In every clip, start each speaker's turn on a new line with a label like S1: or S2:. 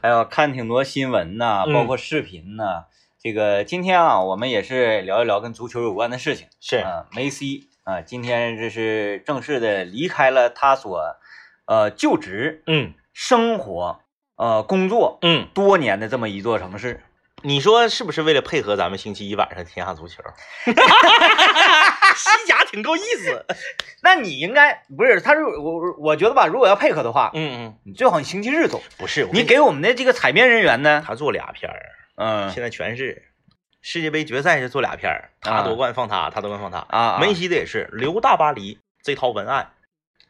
S1: 还有看挺多新闻呐、包括视频呐、这个今天啊，我们也是聊一聊跟足球有关的事情。
S2: 是
S1: 啊，梅西啊，今天这是正式的离开了他所呃就职、
S2: 嗯
S1: 生活、呃工作
S2: 嗯，
S1: 多年的这么一座城市。
S2: 你说是不是为了配合咱们星期一晚上天下足球？ 西甲挺够意思。
S1: 那你应该不是，他是我我觉得吧，如果要配合的话，
S2: 嗯嗯，
S1: 你最好你星期日走。
S2: 不是，我跟
S1: 你
S2: 你
S1: 给我们的这个采编人员呢？
S2: 他做俩片儿，
S1: 嗯
S2: 现在全是世界杯决赛是做俩片儿，
S1: 啊
S2: 他夺冠放他，他夺冠放他。
S1: 啊，
S2: 梅西的也是留大巴黎这套文案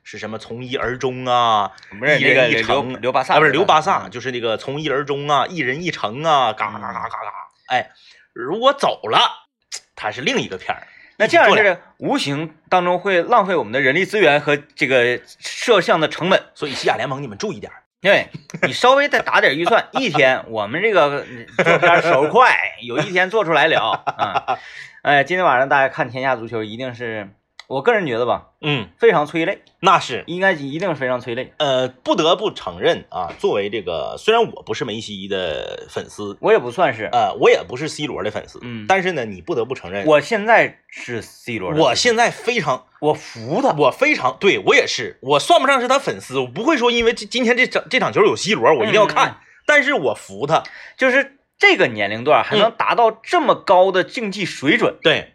S2: 是什么从一而终啊？
S1: 不是
S2: 一
S1: 那个
S2: 人一
S1: 留
S2: 城
S1: 留巴萨
S2: 啊，不是留巴萨，
S1: 嗯
S2: 就是那个从一而终啊，一人一城啊，嘎嘎嘎嘎嘎。哎，如果走了，他是另一个片儿。
S1: 那这样
S2: 做
S1: 是无形当中会浪费我们的人力资源和这个摄像的成本。
S2: 所以西甲联盟你们注意点儿。
S1: 对你稍微再打点预 算，一天我们这个做片手快，有一天做出来了啊。哎，今天晚上大家看天下足球，一定是我个人觉得吧，
S2: 嗯，
S1: 非常催泪，
S2: 那是，
S1: 应该一定是非常催泪。
S2: 呃，不得不承认啊，作为这个，虽然我不是梅西的粉丝，
S1: 我也不算是，
S2: 呃，我也不是 C 罗的粉丝，
S1: 嗯
S2: 但是呢，你不得不承认，
S1: 我现在是 C 罗的，
S2: 我现在非常，
S1: 我服他，
S2: 我非常，对我也是，我算不上是他粉丝，我不会说因为这今天这场这场球有 C 罗，我一定要看，
S1: 嗯
S2: 但是我服他，
S1: 就是这个年龄段还
S2: 嗯
S1: 能达到这么高的竞技水准，
S2: 对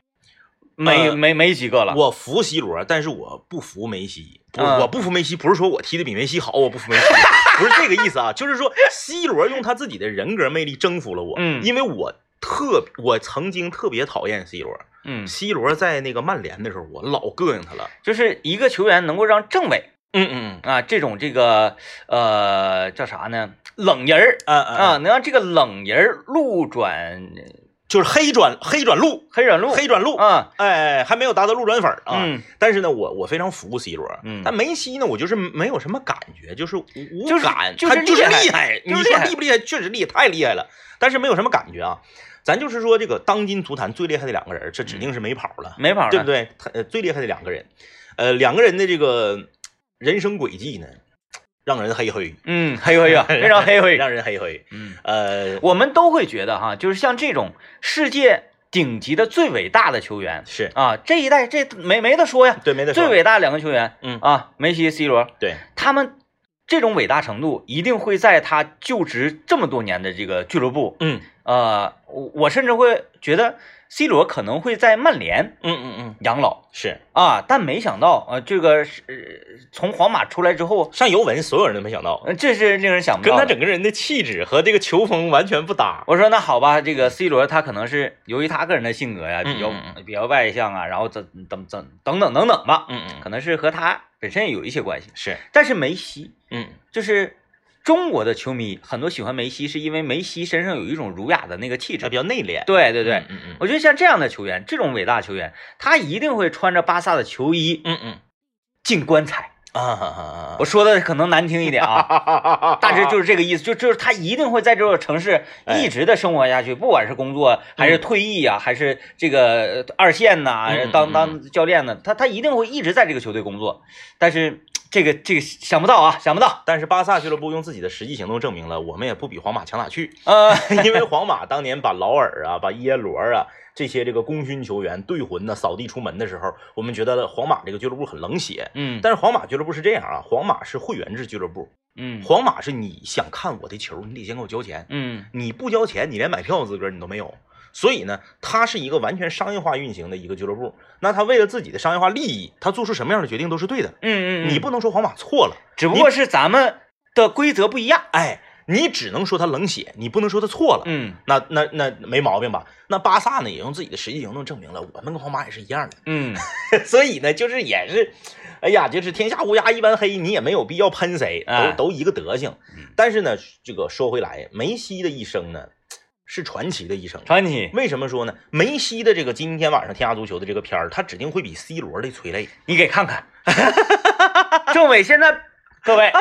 S1: 没
S2: 呃
S1: 没没几个了。
S2: 我服 C 罗，但是我不服梅西，不，
S1: 嗯
S2: 我不服梅西，不是说我踢的比梅西好，我不服梅西， 不是这个意思啊，就是说 C 罗用他自己的人格魅力征服了我，
S1: 嗯
S2: 因为我特我曾经特别讨厌 C 罗
S1: 嗯，
S2: ，C 罗在那个曼联的时候，我老膈应他了，
S1: 就是一个球员能够让政委
S2: 嗯嗯
S1: 啊这种这个呃叫啥呢冷人儿
S2: 嗯啊
S1: 啊，能让这个冷人儿路转
S2: 就是黑转黑转路，
S1: 黑转路
S2: 黑转路，
S1: 啊，
S2: 哎，还没有达到路转粉儿啊，
S1: 嗯，
S2: 但是呢，我我非常服 C 罗，
S1: 嗯
S2: 但梅西呢，我就是没有什么感觉，就是无无
S1: 就是
S2: 感，
S1: 就是
S2: 他就是
S1: 厉害
S2: 厉害。
S1: 就是
S2: 你
S1: 厉
S2: 说
S1: 害
S2: 厉不厉害？确实厉害，太厉害了，但是没有什么感觉啊。咱就是说，这个当今足坛最厉害的两个人，这指定是没跑了，
S1: 嗯没跑
S2: 对不
S1: 了，
S2: 对？他呃，最厉害的两个人，呃，两个人的这个人生轨迹呢，让人黑黑，
S1: 嗯，黑 灰啊，非常黑灰。
S2: 让人黑黑。
S1: 嗯，
S2: 呃，
S1: 我们都会觉得哈，就是像这种世界顶级的最伟大的球员
S2: 是
S1: 啊，这一代这没没得说呀，
S2: 对，没得说，
S1: 最伟大两个球员，
S2: 嗯
S1: 啊，梅西、C 罗，
S2: 对，
S1: 他们这种伟大程度一定会在他就职这么多年的这个俱乐部，
S2: 嗯
S1: 呃，我我甚至会觉得 C 罗可能会在曼联
S2: 嗯嗯嗯，
S1: 养老
S2: 是。
S1: 啊，但没想到啊、呃这个是、呃从皇马出来之后，
S2: 上尤文，所有人都没想到，
S1: 呃这是令人想不
S2: 跟
S1: 到
S2: 他
S1: 的。
S2: 整个人的气质和这个球风完全不搭。
S1: 哦我说那好吧，这个 C 罗他可能是由于他个人的性格呀，比较
S2: 嗯嗯
S1: 比较外向啊，然后怎怎怎等等等等吧，
S2: 嗯嗯，
S1: 可能是和他本身也有一些关系。
S2: 是，
S1: 但是梅西
S2: 嗯。
S1: 就是中国的球迷很多喜欢梅西，是因为梅西身上有一种儒雅的那个气
S2: 他
S1: 质
S2: 比。较内敛。
S1: 对对对，
S2: 嗯嗯
S1: 我觉得像这样的球员，这种伟大球员，他一定会穿着巴萨的球衣
S2: 嗯嗯
S1: 进棺材。
S2: 啊哈哈，
S1: 我说的可能难听一点啊
S2: 哈，
S1: 大致就是这个意思，就就是他一定会在这座城市
S2: 哎
S1: 一直的生活下去，不管是工作还是退役啊，还是这个呃二线呐、
S2: 嗯嗯
S1: 当
S2: 嗯
S1: 当教练呢，他他一定会一直在这个球队工作。但是这个这个想不到啊，想不到，
S2: 但是巴萨俱乐部用自己的实际行动证明了，我们也不比皇马强哪去，
S1: 呃，
S2: 因为皇马当年把劳尔啊、把耶罗啊这些这个功勋球员队魂呢扫地出门的时候，我们觉得皇马这个俱乐部很冷血。
S1: 嗯
S2: 但是皇马俱乐部是这样啊，皇马是会员制俱乐部，
S1: 嗯
S2: 皇马是你想看我的球，你得先给我交钱，
S1: 嗯
S2: 你不交钱，你连买票的资格你都没有。所以呢，它是一个完全商业化运行的一个俱乐部。那他为了自己的商业化利益，他做出什么样的决定都是对的。
S1: 嗯嗯，
S2: 你不能说皇马错了，
S1: 只不过是咱们的规则不一样。
S2: 哎，你只能说他冷血，你不能说他错了。
S1: 嗯
S2: 那那那没毛病吧？那巴萨呢，也用自己的实际行动证明了，我们跟皇马也是一样
S1: 嗯，
S2: 的。 所以呢，就是也是，哎呀，就是天下乌鸦一般黑，你也没有必要喷谁，
S1: 哎
S2: 都都一个德行
S1: 嗯。
S2: 但是呢，这个说回来，梅西的一生呢，是传奇的一生。
S1: 传奇，
S2: 为什么说呢？梅西的这个今天晚上天下足球的这个片儿，他指定会比 C 罗的催泪。
S1: 你给看看， 政委现在。各 位，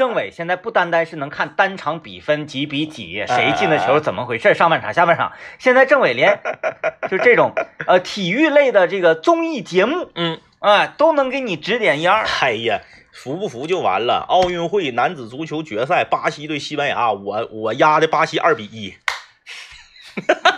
S1: 政委现在不单单是能看单场比分几比
S2: 哎
S1: 几，谁进的球，怎么回事，上半场、下半场，现在政委 连就这种呃体育类的这个综艺节目
S2: 嗯，
S1: 啊、都能给你指点一二。
S2: 哎呀，服不服就完了。奥运会男子足球决赛，巴西对西班牙，我我压的巴西二比一。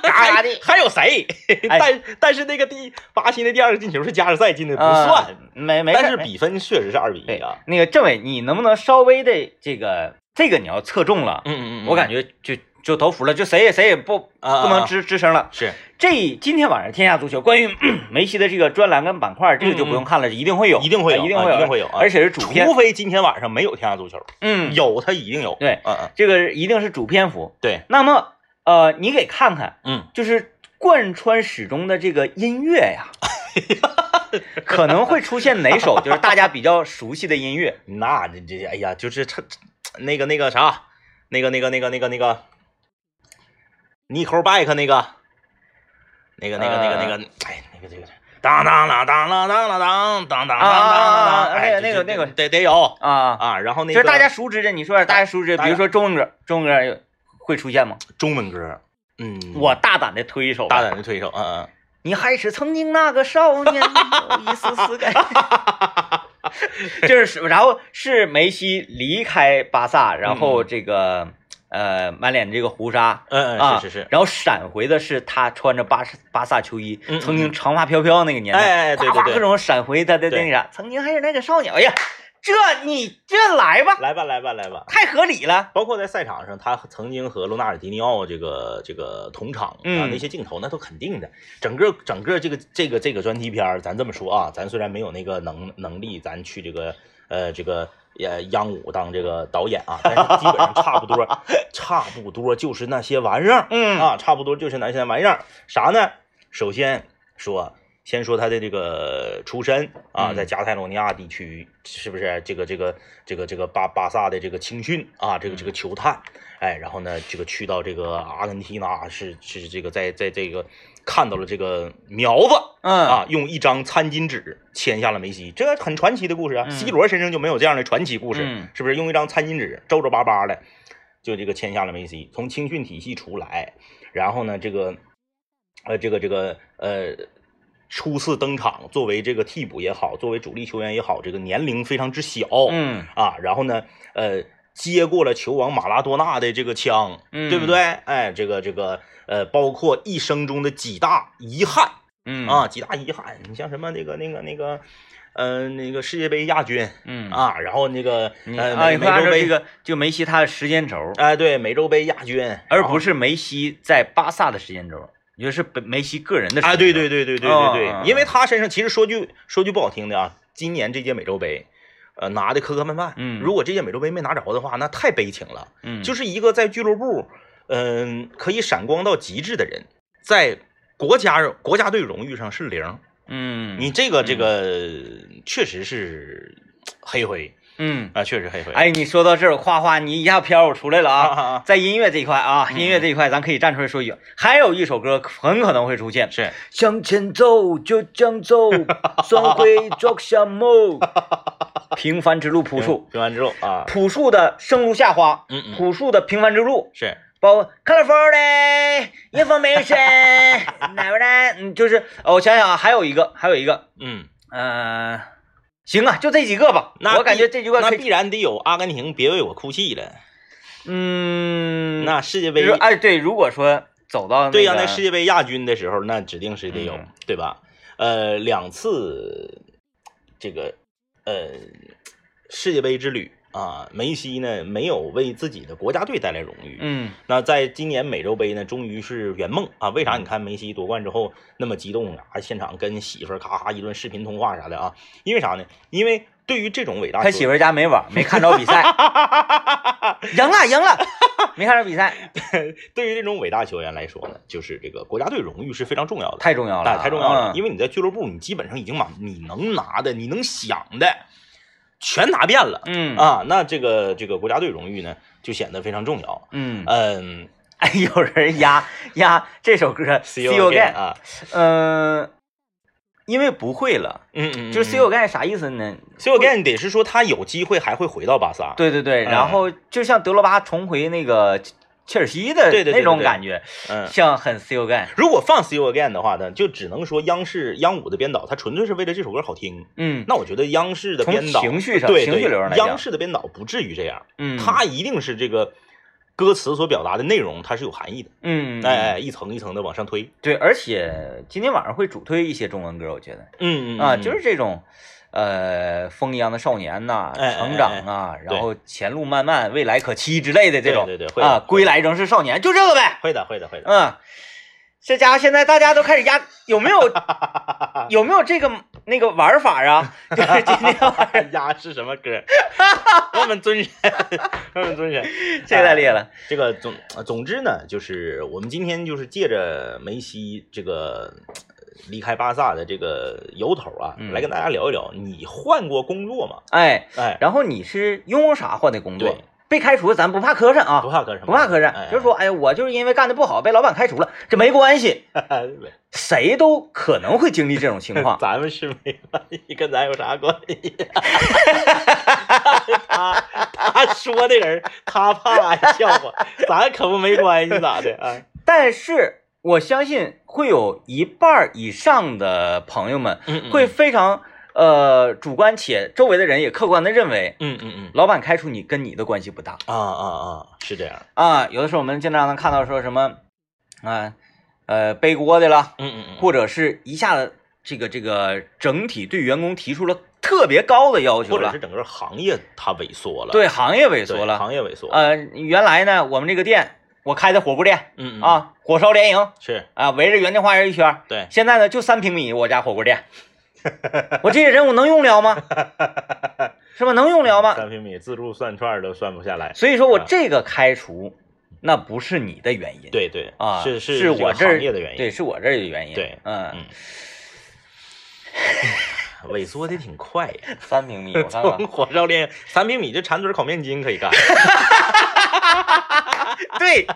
S1: 嘎的，
S2: 还有谁？
S1: 哎
S2: 但但是那个第巴西那第二个进球是加时赛进的，不算。
S1: 啊没没事儿，哎
S2: 但是
S1: 没
S2: 比分确实是二比一
S1: 对
S2: 啊。
S1: 那个政委，你能不能稍微的这个这个你要侧重了，
S2: 嗯嗯
S1: 我感
S2: 觉
S1: 觉就就投服了，就谁也谁也不
S2: 啊
S1: 不
S2: 啊
S1: 能
S2: 啊
S1: 吱吱声了。
S2: 是
S1: 这今天晚上天下足球关于 梅西的这个专栏跟板块，这个就不用看了，一定会有，
S2: 嗯一定会有
S1: 啊一定会
S2: 啊一定会有啊
S1: 而且是主篇
S2: 除，非今天晚上没有天下足球，
S1: 嗯，
S2: 有他一定有。
S1: 对
S2: 嗯嗯，
S1: 这个一定是主篇幅。
S2: 对，
S1: 那么呃，你给看看，
S2: 嗯，
S1: 就是贯穿始终的这个音乐 呀。可能会出现哪首就是大家比较熟悉的音乐？
S2: 那这这哎呀，就是趁那个那个啥，那个那个那个那个那个，Nicole Back 那个，那个那个那个那
S1: 呃
S2: 个，哎，那个这个。当当当当当当当当当当当！哎，得得有
S1: 啊，
S2: 啊，然后那
S1: 就是
S2: 个
S1: 大家熟知的，你说大家熟知，
S2: 大
S1: 比
S2: 家
S1: 如说中文歌，中文歌有会出现吗？
S2: 中文歌，嗯，
S1: 我大胆的推一首吧，
S2: 大胆的推一首，嗯嗯，
S1: 你还是曾经那个少年，有一丝丝感。 就是，然后是梅西离开巴萨，然后这个、呃满脸这个胡渣
S2: 嗯
S1: 啊，
S2: 嗯，是是是，
S1: 然后闪回的是他穿着巴巴萨球衣，
S2: 嗯嗯
S1: 曾经长发飘飘那个年代，
S2: 哎哎，对
S1: 夸
S2: 对
S1: 夸各
S2: 对，
S1: 种闪回他的那个
S2: 对
S1: 啥，曾经还是那个少年。哎呀，这你这来吧，
S2: 来吧来吧来吧，
S1: 太合理了。
S2: 包括在赛场上，他曾经和罗纳尔迪尼奥这个这个同场啊，
S1: 嗯
S2: 那些镜头那都肯定的。整个整个这个这个这个专题片儿，咱这么说啊，咱虽然没有那个能能力，咱去这个呃这个呃央五当这个导演啊，但是基本上差不多， 差不多就是那些玩意儿
S1: 嗯
S2: 啊，差不多就是那些玩意儿。啥呢？首先说。先说他的这个出身啊，
S1: 嗯
S2: 在加泰罗尼亚地区是不是这个这个这个这个巴巴萨的这个青训啊，这个
S1: 嗯
S2: 这个球探，哎，然后呢，这个去到这个阿根廷啊，是是这个在在这个看到了这个苗子
S1: 嗯，
S2: 啊，用一张餐巾纸签下了梅西，这很传奇的故事啊。
S1: 嗯
S2: C 罗身上就没有这样的传奇故事，
S1: 嗯
S2: 是不是？用一张餐巾纸皱皱巴巴的，就这个签下了梅西，从青训体系出来，然后呢，这个呃，这个这个呃。初次登场，作为这个替补也好，作为主力球员也好，这个年龄非常之小，
S1: 嗯
S2: 啊，然后呢，呃，接过了球王马拉多纳的这个枪，
S1: 嗯
S2: 对不对？哎，这个这个，呃，包括一生中的几大遗憾
S1: 嗯，
S2: 啊，几大遗憾，你像什么那个那个那个，呃，那个世界杯亚军
S1: 嗯。
S2: 啊，然后那个
S1: 你
S2: 呃
S1: 啊，
S2: 美
S1: 你
S2: 美
S1: 会按
S2: 洲
S1: 照这
S2: 杯，
S1: 个就梅西他的时间轴，
S2: 哎，对，美洲杯亚军，
S1: 而
S2: 然后
S1: 不是梅西在巴萨的时间轴，也就是本梅西个人的时间
S2: 啊，
S1: 轴
S2: 对对对对对
S1: 哦
S2: 对对，
S1: 哦哦
S2: 因为他身上其实说句说句不好听的啊，今年这届美洲杯。呃，拿的磕磕绊绊，
S1: 嗯
S2: 如果这届美洲杯没拿着的话，那太悲情了。
S1: 嗯，
S2: 就是是一个在俱乐部，嗯、可以闪光到极致的人，在国家国家队荣誉上是零。
S1: 嗯
S2: 你这个这个确实是黑灰
S1: 嗯，
S2: 啊，确实黑灰。
S1: 哎，你说到这儿，哗哗，你一下飘出来了
S2: 啊
S1: 啊。
S2: 啊啊，
S1: 在音乐这一块啊，
S2: 嗯
S1: 音乐这一块咱可以站出来说一句，还有一首歌很可能会出现，
S2: 是
S1: 向前走就将走，双 腿走向某，平凡之路朴 树，
S2: 听完之后啊，
S1: 朴树的《生如夏花
S2: 嗯》，嗯，
S1: 朴树的《平凡之路》，
S2: 是
S1: 包括 California Information 哪儿来？嗯，就是哦我想想啊，还有一个，还有一个，
S2: 嗯，
S1: 呃，行啊，就这几个吧。
S2: 那
S1: 我感
S2: 必
S1: 觉这几个
S2: 那
S1: 可以，
S2: 必然得有阿根廷，别为我哭泣了。
S1: 嗯，
S2: 那世界
S1: 比
S2: 杯
S1: 如，哎，对，如果说走到、那个、
S2: 对呀、那世界杯亚军的时候，那指定是得有，
S1: 嗯
S2: 对吧？呃，两次这个呃世界杯之旅啊，梅西呢没有为自己的国家队带来荣誉。
S1: 嗯
S2: 那在今年美洲杯呢，终于是圆梦啊！为啥？你看梅西夺冠之后那么激动啊，现场跟媳妇儿咔咔一顿视频通话啥的啊？因为啥呢？因为对于这种伟大
S1: 他
S2: 球，
S1: 媳妇儿家没网，没看着比 赛，赢了赢了，没看着比赛，
S2: 对于这种伟大球员来说呢，就是这个国家队荣誉是非常重要的。
S1: 太重要了，
S2: 哎，太重要了，
S1: 嗯
S2: 因为你在俱乐部，你基本上已经把你能拿的、你能想的全拿遍了
S1: 嗯
S2: 啊。那这个这个国家队荣誉呢，就显得非常重要。
S1: 嗯，
S2: 嗯
S1: 哎，有人压压这首歌《See
S2: ，C U
S1: You E Again》，
S2: 啊，
S1: 嗯、因为不会了。
S2: 嗯嗯，
S1: 就是 C E
S2: C
S1: 罗
S2: U
S1: 干啥意思呢？
S2: C U Again 得是说他有机会还会回到巴萨，
S1: 对对对，然
S2: 嗯
S1: 后就像德罗巴重回那个切尔西的
S2: 对对对
S1: 那种
S2: 对对
S1: 感觉，
S2: 嗯，
S1: 像很 still g a n
S2: 如果放《See You Again》的话呢，就只能说央视央五的编导他纯粹是为了这首歌好听。
S1: 嗯，
S2: 那我觉得央视的
S1: 从
S2: 编导
S1: 情绪上
S2: 对
S1: 情绪
S2: 对
S1: 流上来讲
S2: 央视的编导不至于这样，
S1: 嗯，
S2: 他一定是这个歌词所表达的内容它是有含义的，
S1: 嗯，嗯
S2: 哎哎，一层一层的往上推。
S1: 对，而且今天晚上会主推一些中文歌，我觉得
S2: 嗯
S1: 啊，就是这种，呃，风一样的少年呐，
S2: 哎哎
S1: 成长啊，然后前路漫漫，未来可期之类的这种，
S2: 对对对会的
S1: 啊，
S2: 会的
S1: 归来仍是少年，就这个呗，
S2: 会的会的会 的，
S1: 嗯，这家伙现在大家都开始压，有 没有有没有这个那个玩法啊？就是今天晚上
S2: 鸭哎是什 么歌？我们尊 神，我们尊神，
S1: 这个太厉害了，
S2: 这个总呃总之呢，就是我们今天就是借着梅西这个呃离开巴萨的这个由头啊，
S1: 嗯
S2: 来跟大家聊一聊，你换过工作吗？
S1: 哎，
S2: 哎，
S1: 然后你是用啥换的工作
S2: 对？
S1: 被开除咱不怕磕碜啊，
S2: 不怕磕碜吗，
S1: 不怕磕
S2: 哎
S1: 碜，就是说，，哎呀，我就是因为干的不好被老板开除了，这没关系，
S2: 哎 对
S1: 谁都可能会经历这种情 况。
S2: 咱们是没关系，跟咱有啥关 系？他他说的人，他怕俺笑话，咱可不没关系咋的啊？
S1: 但是我相信会有一半儿以上的朋友们
S2: 嗯
S1: 会，非常呃主观且周围的人也客观的认为，
S2: 嗯嗯嗯，
S1: 老板开除你跟你的关系不大
S2: 啊啊啊，是这样，
S1: 啊。有的时候我们经常能看到说什么啊呃背锅的啦，
S2: 嗯嗯嗯，
S1: 或者是一下子这个这个整体对员工提出了特别高的要求
S2: 或者
S1: 了
S2: 是，整个行业它萎缩了，啊
S1: 对行业萎
S2: 对，
S1: 缩了。
S2: 行业萎缩，
S1: 呃，原来呢，我们这个店我开的火锅店
S2: 嗯嗯，
S1: 啊，火烧连营
S2: 是
S1: 啊，围着园丁花园一圈儿。
S2: 对，
S1: 现在呢，就三平米，我家火锅 店，我这些人我能用了吗？是吧？能用了吗？
S2: 嗯三平米自助涮串儿都涮不下来。
S1: 所以说我
S2: 啊
S1: 这个开除，那不是你的原因，
S2: 对对
S1: 啊，
S2: 是
S1: 是
S2: 这
S1: 我
S2: 个
S1: 这儿
S2: 行业的原因。
S1: 对，是我这儿的原因，
S2: 对
S1: 嗯，
S2: 萎缩的挺快呀。
S1: 三平 米，我看看
S2: 从，火烧连营三平米，这馋嘴烤面筋可以 干，
S1: 对，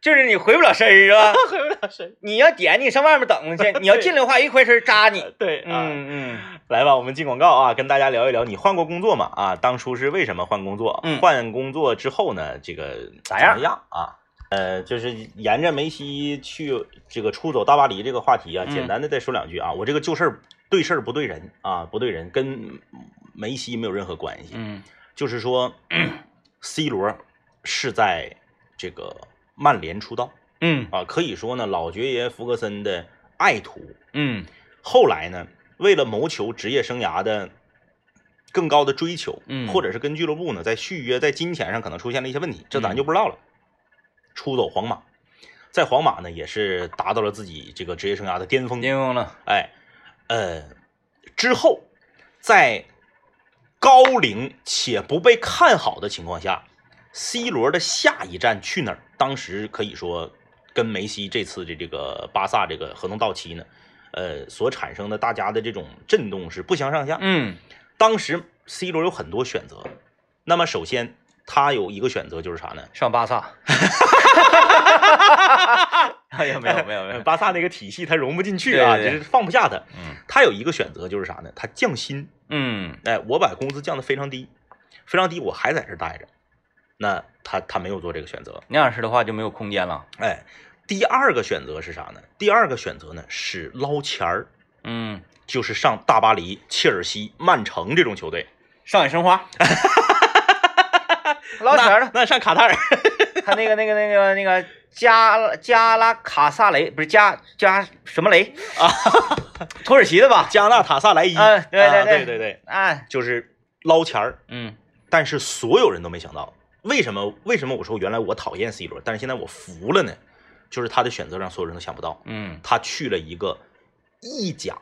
S1: 就是你回不了身儿是吧？
S2: 回不了神。
S1: 你要点，你上外面等去，你要进来的话，一回身儿扎你，
S2: 对啊，
S1: 嗯
S2: 来吧，我们进广告啊，跟大家聊一聊，你换过工作吗？啊，当初是为什么换工作？
S1: 嗯
S2: 换工作之后呢，这个
S1: 咋
S2: 怎
S1: 样
S2: 么样啊？呃，就是沿着梅西去这个出走大巴黎这个话题啊，
S1: 嗯
S2: 简单的再说两句啊。我这个就事儿对事儿不对人啊，不对人，跟梅西没有任何关系。
S1: 嗯
S2: 就 是说、c 罗是在这个曼联出道
S1: 嗯
S2: 啊，可以说呢，老爵爷福格森的爱徒。
S1: 嗯
S2: 后来呢，为了谋求职业生涯的更高的追求，
S1: 嗯
S2: 或者是跟俱乐部呢在续约、在金钱上可能出现了一些问题，这咱
S1: 嗯
S2: 就不知道了。出走皇马，在皇马呢也是达到了自己这个职业生涯的巅
S1: 嗯，。
S2: 峰
S1: 应用了，
S2: 哎，呃，之后在高龄且不被看好的情况下，C 罗的下一站去哪儿？当时可以说跟梅西这次的这个巴萨这个合同到期呢，呃，所产生的大家的这种震动是不相上下。
S1: 嗯
S2: 当时 C 罗有很多选择，那么首先他有一个选择就是啥呢？
S1: 上巴 萨。哎呀，没有没有没有，
S2: 巴萨那个体系他融不进去啊，
S1: 对对对
S2: 就是放不下他。
S1: 嗯
S2: 他有一个选择就是啥呢？他降薪。
S1: 嗯
S2: 哎，我把工资降得非常低，非常低，我还在这儿待着。那他他没有做这个选择。
S1: 那样式的话就没有空间了。
S2: 哎，第二个选择是啥呢？第二个选择呢是捞钱儿，
S1: 嗯，
S2: 就是上大巴黎、切尔西、曼城这种球队。
S1: 上海申 花，捞钱了。
S2: 那那上卡塔尔。
S1: 他那个那个那个那个加拉加拉卡萨雷不是加加什么雷
S2: 啊？
S1: 土耳其的吧？
S2: 加纳塔萨莱伊。
S1: 啊对对
S2: 啊
S1: 对
S2: 对对对，
S1: 哎，
S2: 就是捞钱儿。
S1: 嗯
S2: 但是所有人都没想到，为什么？为什么我说原来我讨厌 C 罗，但是现在我服了呢？就是他的选择让所有人都想不到。
S1: 嗯
S2: 他去了一个意甲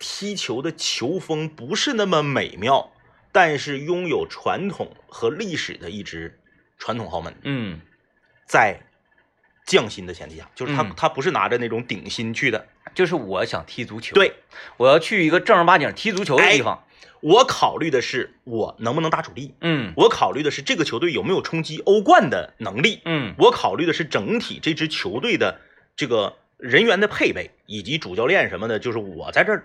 S2: 踢球的球风不是那么美妙，但是拥有传统和历史的一支传统豪门，
S1: 嗯
S2: 在降薪的前提下，就是他、
S1: 嗯
S2: 他不是拿着那种顶薪去的，
S1: 就是我想踢足球，
S2: 对
S1: 我要去一个正儿八经踢足球的地方。
S2: 我考虑的是我能不能打主力，
S1: 嗯
S2: 我考虑的是这个球队有没有冲击欧冠的能力，
S1: 嗯
S2: 我考虑的是整体这支球队的这个人员的配备以及主教练什么的，就是我在这儿，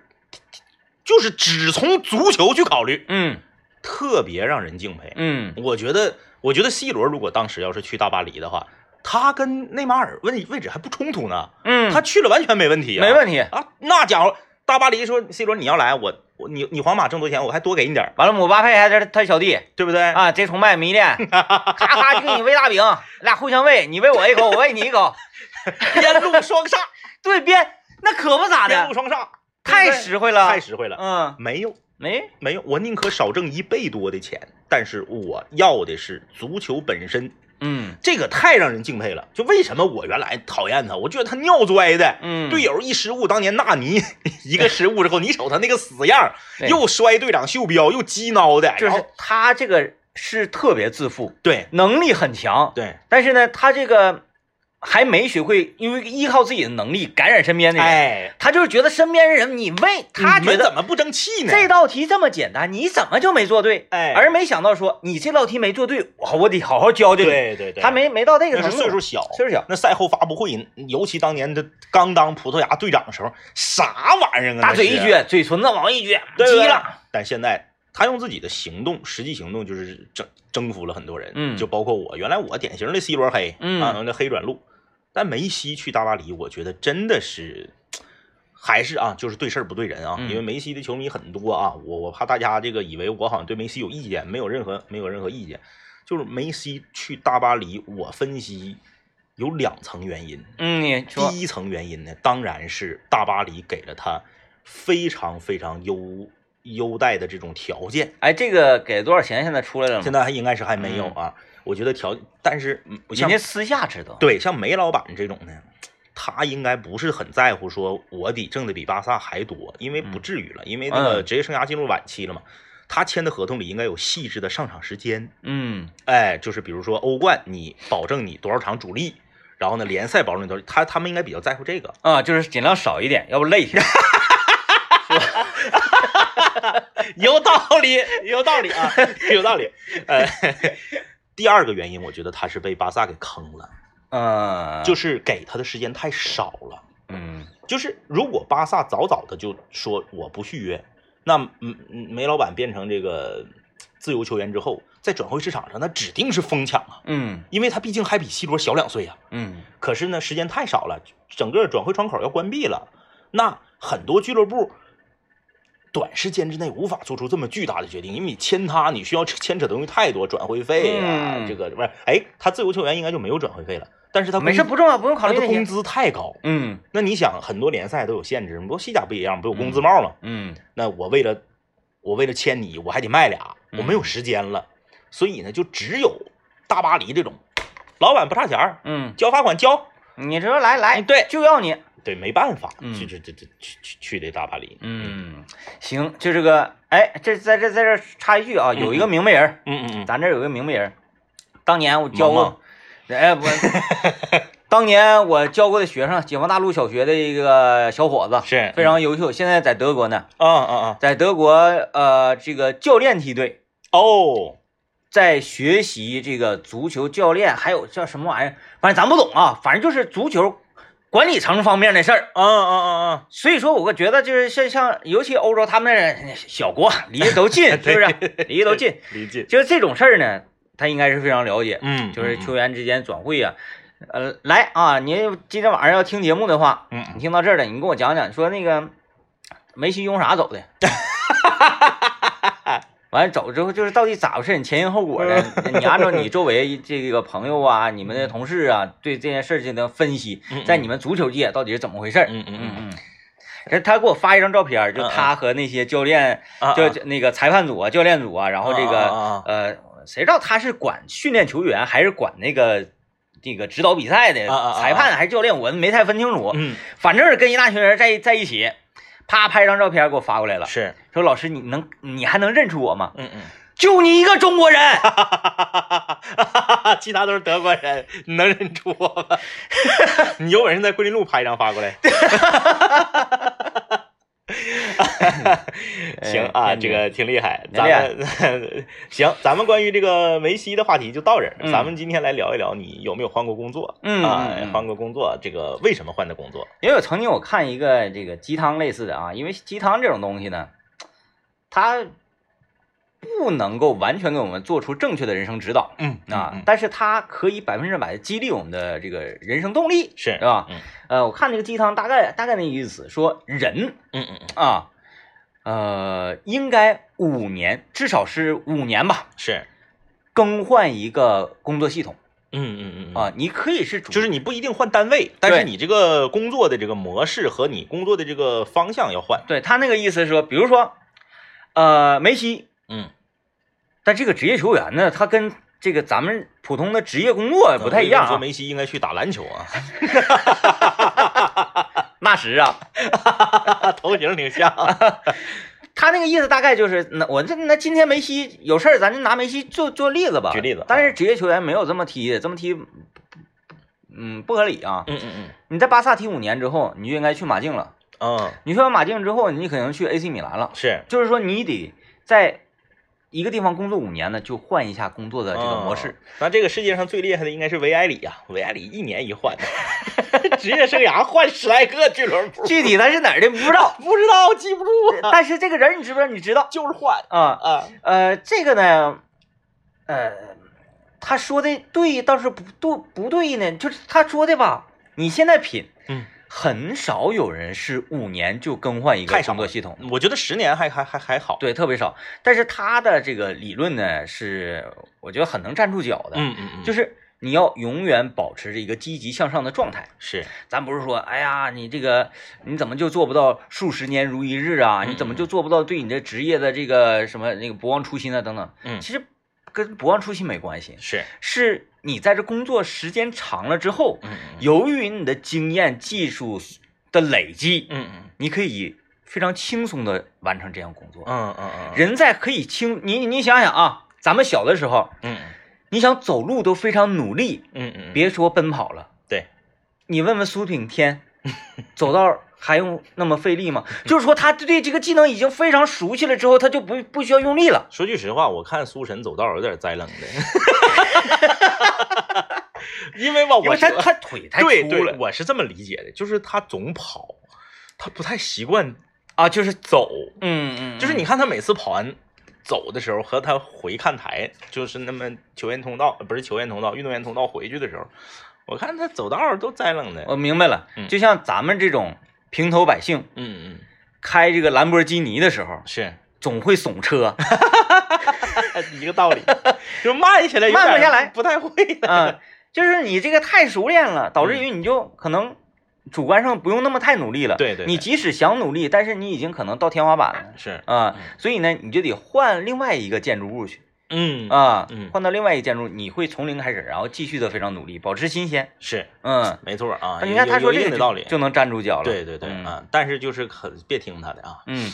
S2: 就是只从足球去考虑，
S1: 嗯
S2: 特别让人敬佩。
S1: 嗯
S2: 我觉得，我觉得 C 罗如果当时要是去大巴黎的话，他跟内马尔位位置还不冲突呢，
S1: 嗯，
S2: 他去了完全没问题啊，
S1: 没问题。
S2: 啊，那家伙大巴黎说 C 罗你要来，我我你你皇马挣多钱，我还多给你点儿，
S1: 完了，姆巴佩还是他小弟
S2: 对不对？
S1: 啊，贼崇拜迷恋， 咔咔就给你喂大饼，俩互相喂，你喂我一口，我喂你一口，
S2: 边路双 煞，
S1: 对边那可不咋
S2: 边路
S1: 的，
S2: 双煞，
S1: 太实惠了，
S2: 太实惠了。
S1: 嗯，
S2: 没有
S1: 没
S2: 没有，我宁可少挣一倍多的钱，但是我要的是足球本身，
S1: 嗯
S2: 这个太让人敬佩了。就为什么我原来讨厌他，我觉得他尿拽的。
S1: 嗯，
S2: 队友一失误，当年 纳尼一个失误之后，你瞅他那个死样儿，
S1: 对
S2: 又摔队长袖标，又激挠的，
S1: 就
S2: 然
S1: 是
S2: 后
S1: 他这个是特别自负，
S2: 对
S1: 能力很强，
S2: 对，
S1: 但是呢，他这个还没学会，因为依靠自己的能力感染身边的人，
S2: 哎，
S1: 他就是觉得身边人你喂他
S2: 你
S1: 觉
S2: 们
S1: 得
S2: 怎么不争气呢？
S1: 这道题这么简单，你怎么就没做对？
S2: 哎
S1: 而没想到说你这道题没做对，我我得好好教教你。
S2: 对对对，
S1: 他没没到那个
S2: 那
S1: 程
S2: 是
S1: 度，
S2: 岁数小，
S1: 岁数小，
S2: 那赛后发布会，尤其当年他刚当葡萄牙队长的时候，啥玩意儿啊？
S1: 大嘴一
S2: 那是，
S1: 撅，嘴唇子往一撅，
S2: 对
S1: 急
S2: 对
S1: 了。。
S2: 但现在他用自己的行动，实际行动就是征征服了很多人，
S1: 嗯
S2: 就包括我。原来我典型的 C 罗黑，
S1: 嗯
S2: 啊，那黑转路。但梅西去大巴黎，我觉得真的是。还是啊，就是对事儿不对人啊，
S1: 嗯
S2: 因为梅西的球迷很多啊，我我怕大家这个以为我好像对梅西有意见，没有任何没有任何意见，就是梅西去大巴黎，我分析有两层原因，
S1: 嗯，你说，
S2: 第一层原因呢，当然是大巴黎给了他非常非常优优待的这种条件。
S1: 哎，这个给多少钱？现在出来了吗？
S2: 现在还应该是还没有啊，我觉得条，但是嗯
S1: 嗯人
S2: 像
S1: 家私下知道。
S2: 对像梅老板这种呢，他应该不是很在乎说我得挣的比巴萨还多，因为不至于了，因为那个
S1: 嗯
S2: 职业生涯进入晚期了嘛。他签的合同里应该有细致的上场时间，
S1: 嗯
S2: 哎，就是比如说欧冠，你保证你多少场主力，然后呢联赛保证你多少，他他们应该比较在乎这个。
S1: 啊，就是尽量少一点，要不累 挺。
S2: 有道理，有道理啊， 有道理。呃，第二个原因，我觉得他是被巴萨给坑了，
S1: 嗯，
S2: 呃就是是给他的时间太少了。
S1: 嗯
S2: 就是如果巴萨早早的就说我不续约，那嗯嗯梅老板变成这个自由球员之后，在转会市场上那指定是疯抢啊，
S1: 嗯
S2: 因为他毕竟还比 C 罗小两岁啊。
S1: 嗯
S2: 可是呢，时间太少了，整个转会窗口要关闭了，那很多俱乐部短时间之内无法做出这么巨大的决定，因为你签他，你需要牵扯的东西太多，转会费啊，
S1: 嗯
S2: 这个不是，哎，他自由球员应该就没有转会费了，但是他工
S1: 没事，不重要，不用考
S2: 但
S1: 虑
S2: 他
S1: 那些。
S2: 工资太高，
S1: 嗯
S2: 那你想，很多联赛都有限制，不西甲不也一样，不有工资帽吗？
S1: 嗯
S2: 那我为了我为了签你，我还得卖俩，我没有
S1: 嗯
S2: 时间了，所以呢，就只有大巴黎这种，老板不差钱儿，
S1: 嗯，
S2: 交罚款交。
S1: 你说来来，
S2: 嗯对
S1: 就要你。
S2: 对，没办法，
S1: 嗯
S2: 去去去去去去去的大巴黎。
S1: 嗯，行，就这个，哎，这在这在这儿插一句啊，有一个明白人儿，
S2: 嗯嗯嗯，
S1: 咱这儿有一个明白人儿，当年我教
S2: 萌萌
S1: 过， 哎 我，当年我教过的学生，解放大路小学的一个小伙子，
S2: 是
S1: 非常优秀，现在在德国呢，
S2: 啊啊啊！
S1: 在德国呃这个教练梯队。
S2: 哦，
S1: 在学习这个足球教练，还有叫什么玩意儿，反正咱不懂啊，反正就是足球管理层方面的事儿。
S2: 嗯嗯嗯嗯，
S1: 所以说，我觉得就是像像，尤其欧洲他们那小国离得都近，是不是？离得都近，
S2: 理解。
S1: 就是这种事儿呢，他应该是非常了解。
S2: 嗯，
S1: 就是球
S2: 员。
S1: 员之间转会啊，呃，来啊，您今天晚上要听节目的话，
S2: 嗯
S1: 你听到这儿了，你跟我讲讲，说那个梅西用啥走的？ 完了走之后就是到底咋回事？你前因后果呢？你按照你周围这个朋友啊、你们的同事啊，对这件事儿进行分析
S2: 嗯嗯，
S1: 在你们足球界到底是怎么回事儿？
S2: 嗯嗯嗯
S1: 嗯。这他给我发一张照片儿，就
S2: 嗯嗯
S1: 他和那些教练，
S2: 啊
S1: 就
S2: 啊
S1: 就那个裁判组啊、教练组啊，然后这
S2: 啊
S1: 个
S2: 啊啊啊
S1: 呃，谁知道他是管训练球员，还是管那个那个指导比赛的
S2: 啊啊啊啊
S1: 裁判，还是教练？我没太分清楚。
S2: 嗯
S1: 反正是跟一大群人在在一起，啪拍张照片给我发过来了，
S2: 是
S1: 说老师你能你还能认出我吗？
S2: 嗯嗯，
S1: 就你一个中国人，
S2: 其他都是德国人，你能认出我吗？ 你有本事在桂林路拍一张发过来。行啊，
S1: 哎
S2: 这个挺厉害，
S1: 挺
S2: 咱
S1: 厉害
S2: 们 行，咱们关于这个梅西的话题就到这儿。
S1: 嗯
S2: 咱们今天来聊一聊，你有没有换过工作？
S1: 嗯
S2: 啊
S1: 嗯嗯，
S2: 换过工作，这个为什么换的工作？
S1: 因为我曾经我看一个这个鸡汤类似的啊，因为鸡汤这种东西呢，它不能够完全给我们做出正确的人生指导
S2: 嗯
S1: 啊，
S2: 嗯
S1: 但是它可以百分之百的激励我们的这个人生动力，
S2: 是
S1: 是吧？
S2: 嗯
S1: 呃，我看这个鸡汤大概大概那意思，说人
S2: 嗯嗯嗯，
S1: 啊，呃，应该五年，至少是五年吧，
S2: 是，
S1: 更换一个工作系统
S2: 嗯嗯嗯嗯
S1: 啊，你可以是主，
S2: 就是你不一定换单位，但是你这个工作的这个模式和你工作的这个方向要换。
S1: 对他那个意思是说，比如说，呃，梅西，
S2: 嗯，
S1: 但这个职业球员呢，他跟这个咱们普通的职业工作不太一样
S2: 我跟你说
S1: 啊。
S2: 梅西应该去打篮球 啊，
S1: 那时啊，
S2: 头型挺像。
S1: 他那个意思大概就是，那我这那今天梅西有事儿，咱就拿梅西做做例子吧，
S2: 举例子啊
S1: 但是职业球员没有这么踢的，这么踢，嗯，不合理啊。
S2: 嗯嗯
S1: 你在巴萨踢五年之后，你就应该去马竞了。
S2: 嗯，嗯，
S1: 你去完马竞之后，你可能去 AC 米兰了。
S2: 是
S1: 就是说，你得在一个地方工作五年呢，就换一下工作的这个模式。
S2: 嗯那这个世界上最厉害的应该是维埃里呀、维埃里一年一换， 职业生涯换十来个俱乐 部，
S1: 具体他是哪儿的不知 道，
S2: 不知道记不住啊，
S1: 但是这个人你知不知道？你知道
S2: 就是换
S1: 啊、
S2: 啊。
S1: 呃，这个呢，呃，他说的对倒是不对不对呢，就是他说的吧。你现在品，
S2: 嗯，
S1: 很少有人是五年就更换一个
S2: 太少
S1: 工作系统，
S2: 我觉得十年还还还还好。
S1: 对，特别少。但是他的这个理论呢，是我觉得很能站住脚的，
S2: 嗯嗯嗯，
S1: 就是是你要永远保持着一个积极向上的状态。
S2: 是，
S1: 咱不是说，哎呀，你这个你怎么就做不到数十年如一日啊？
S2: 嗯
S1: 你怎么就做不到对你的职业的这个什么那个不忘初心啊？等等，
S2: 嗯
S1: 其实跟不忘初心没关系，
S2: 是，
S1: 是你在这工作时间长了之后，
S2: 嗯嗯
S1: 由于你的经验、技术的累积，
S2: 嗯嗯
S1: 你可以非常轻松的完成这项工作。
S2: 嗯嗯嗯，
S1: 人在可以轻，你你想想啊，咱们小的时候，
S2: 嗯
S1: 你想走路都非常努力，
S2: 嗯嗯，
S1: 别说奔跑了，
S2: 对，
S1: 你问问苏炳添，走道还用那么费力吗？就是说他对这个技能已经非常熟悉了，之后他就不不需要用力了。
S2: 说句实话，我看苏神走道有点栽愣的，因为吧，
S1: 因
S2: 哦我
S1: 为他
S2: 觉得
S1: 他腿太
S2: 对
S1: 粗
S2: 对，
S1: 了
S2: 我是这么理解的，就是他总跑，他不太习惯
S1: 啊，就是
S2: 走，
S1: 嗯嗯，
S2: 就是你看他每次跑完走的时候和他回看台，就是那么球员通道不是球员通道，运动员通道回去的时候，我看他走道都栽愣的，
S1: 我明白了
S2: 嗯，
S1: 就像咱们这种平头百姓
S2: 嗯嗯
S1: 开这个兰博基尼的时候，
S2: 是
S1: 总会耸车
S2: 哎一个道理，就慢下来，有
S1: 慢不
S2: 点
S1: 下来
S2: 不太会了，
S1: 啊，就是你这个太熟练了，导
S2: 嗯
S1: 致于你就可能。主观上不用那么太努力了，
S2: 对对对
S1: 你即使想努力，但是你已经可能到天花板了，
S2: 是，
S1: 啊
S2: 嗯，
S1: 所以呢，你就得换另外一个建筑物去
S2: 嗯
S1: 啊
S2: 嗯，
S1: 换到另外一个建筑，你会从零开始，然后继续的非常努力，保持新鲜。
S2: 是。
S1: 嗯，
S2: 没错啊，
S1: 你看
S2: 有
S1: 他说
S2: 有一
S1: 这
S2: 定
S1: 个就
S2: 的道理，
S1: 就能站住脚了。
S2: 对对对
S1: 嗯，
S2: 啊，但是就是可别听他的啊
S1: 嗯，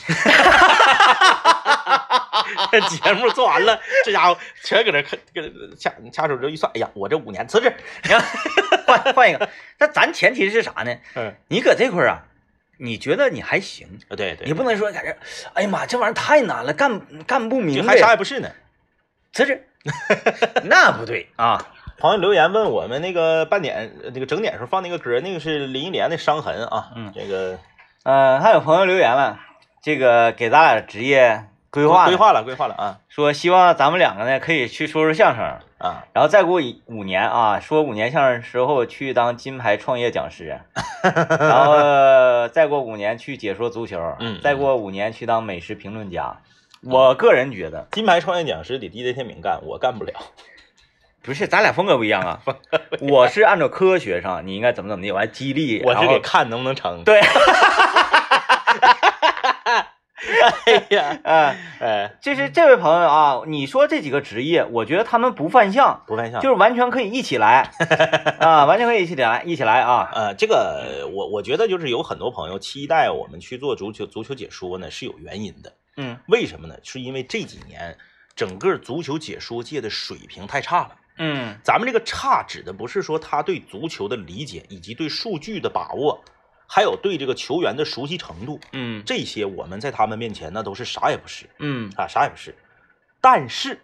S2: 节目做完了，这家伙全搁这看，搁这掐掐手指头一算，哎呀，我这五年辞职，
S1: 换换一个。那咱前提是啥呢？
S2: 嗯，
S1: 你搁这块儿啊，你觉得你还行，
S2: 呃对对，
S1: 你不能说在这，哎呀妈，这玩意儿太难了，干干不
S2: 就
S1: 明白
S2: 还啥也
S1: 呀，
S2: 不是呢。
S1: 辞职。 那不对啊，
S2: 朋友留言问我们那个半点呃那个整点时候放那个歌，那个是林忆莲的《伤痕》啊，
S1: 嗯
S2: 这个
S1: 呃，还有朋友留言了，这个给咱俩职业规划呢
S2: 规划了，规划了啊
S1: 说希望咱们两个呢可以去说说相声，
S2: 啊，
S1: 然后再过一五年啊，说五年相声时候去当金牌创业讲 师，然后再过五年去解说足球，
S2: 嗯
S1: 再过五年去当美食评论家。我个人觉得
S2: 金牌创业讲师得 DJ 天明干，我干不了。
S1: 不是，咱俩风格不一样啊。 我是按照科学上，你应该怎么怎么地，我还激励，
S2: 我是
S1: 然后
S2: 给看能不能成。
S1: 对，
S2: 哎呀，
S1: 呃，
S2: 哎，
S1: 就是这位朋友啊，你说这几个职业，我觉得他们不犯相，
S2: 不犯相。
S1: 就是完全可以一起 来啊，完全可以一起来，一起来啊。
S2: 呃，这个我我觉得就是有很多朋友期待我们去做足球足球解说呢，是有原因的。
S1: 嗯
S2: 为什么呢？是因为这几年整个足球解说界的水平太差了。
S1: 嗯
S2: 咱们这个差指的不是说他对足球的理解，以及对数据的把握，还有对这个球员的熟悉程度，
S1: 嗯
S2: 这些我们在他们面前那都是啥也不是
S1: 嗯
S2: 啊，啥也不是。但是，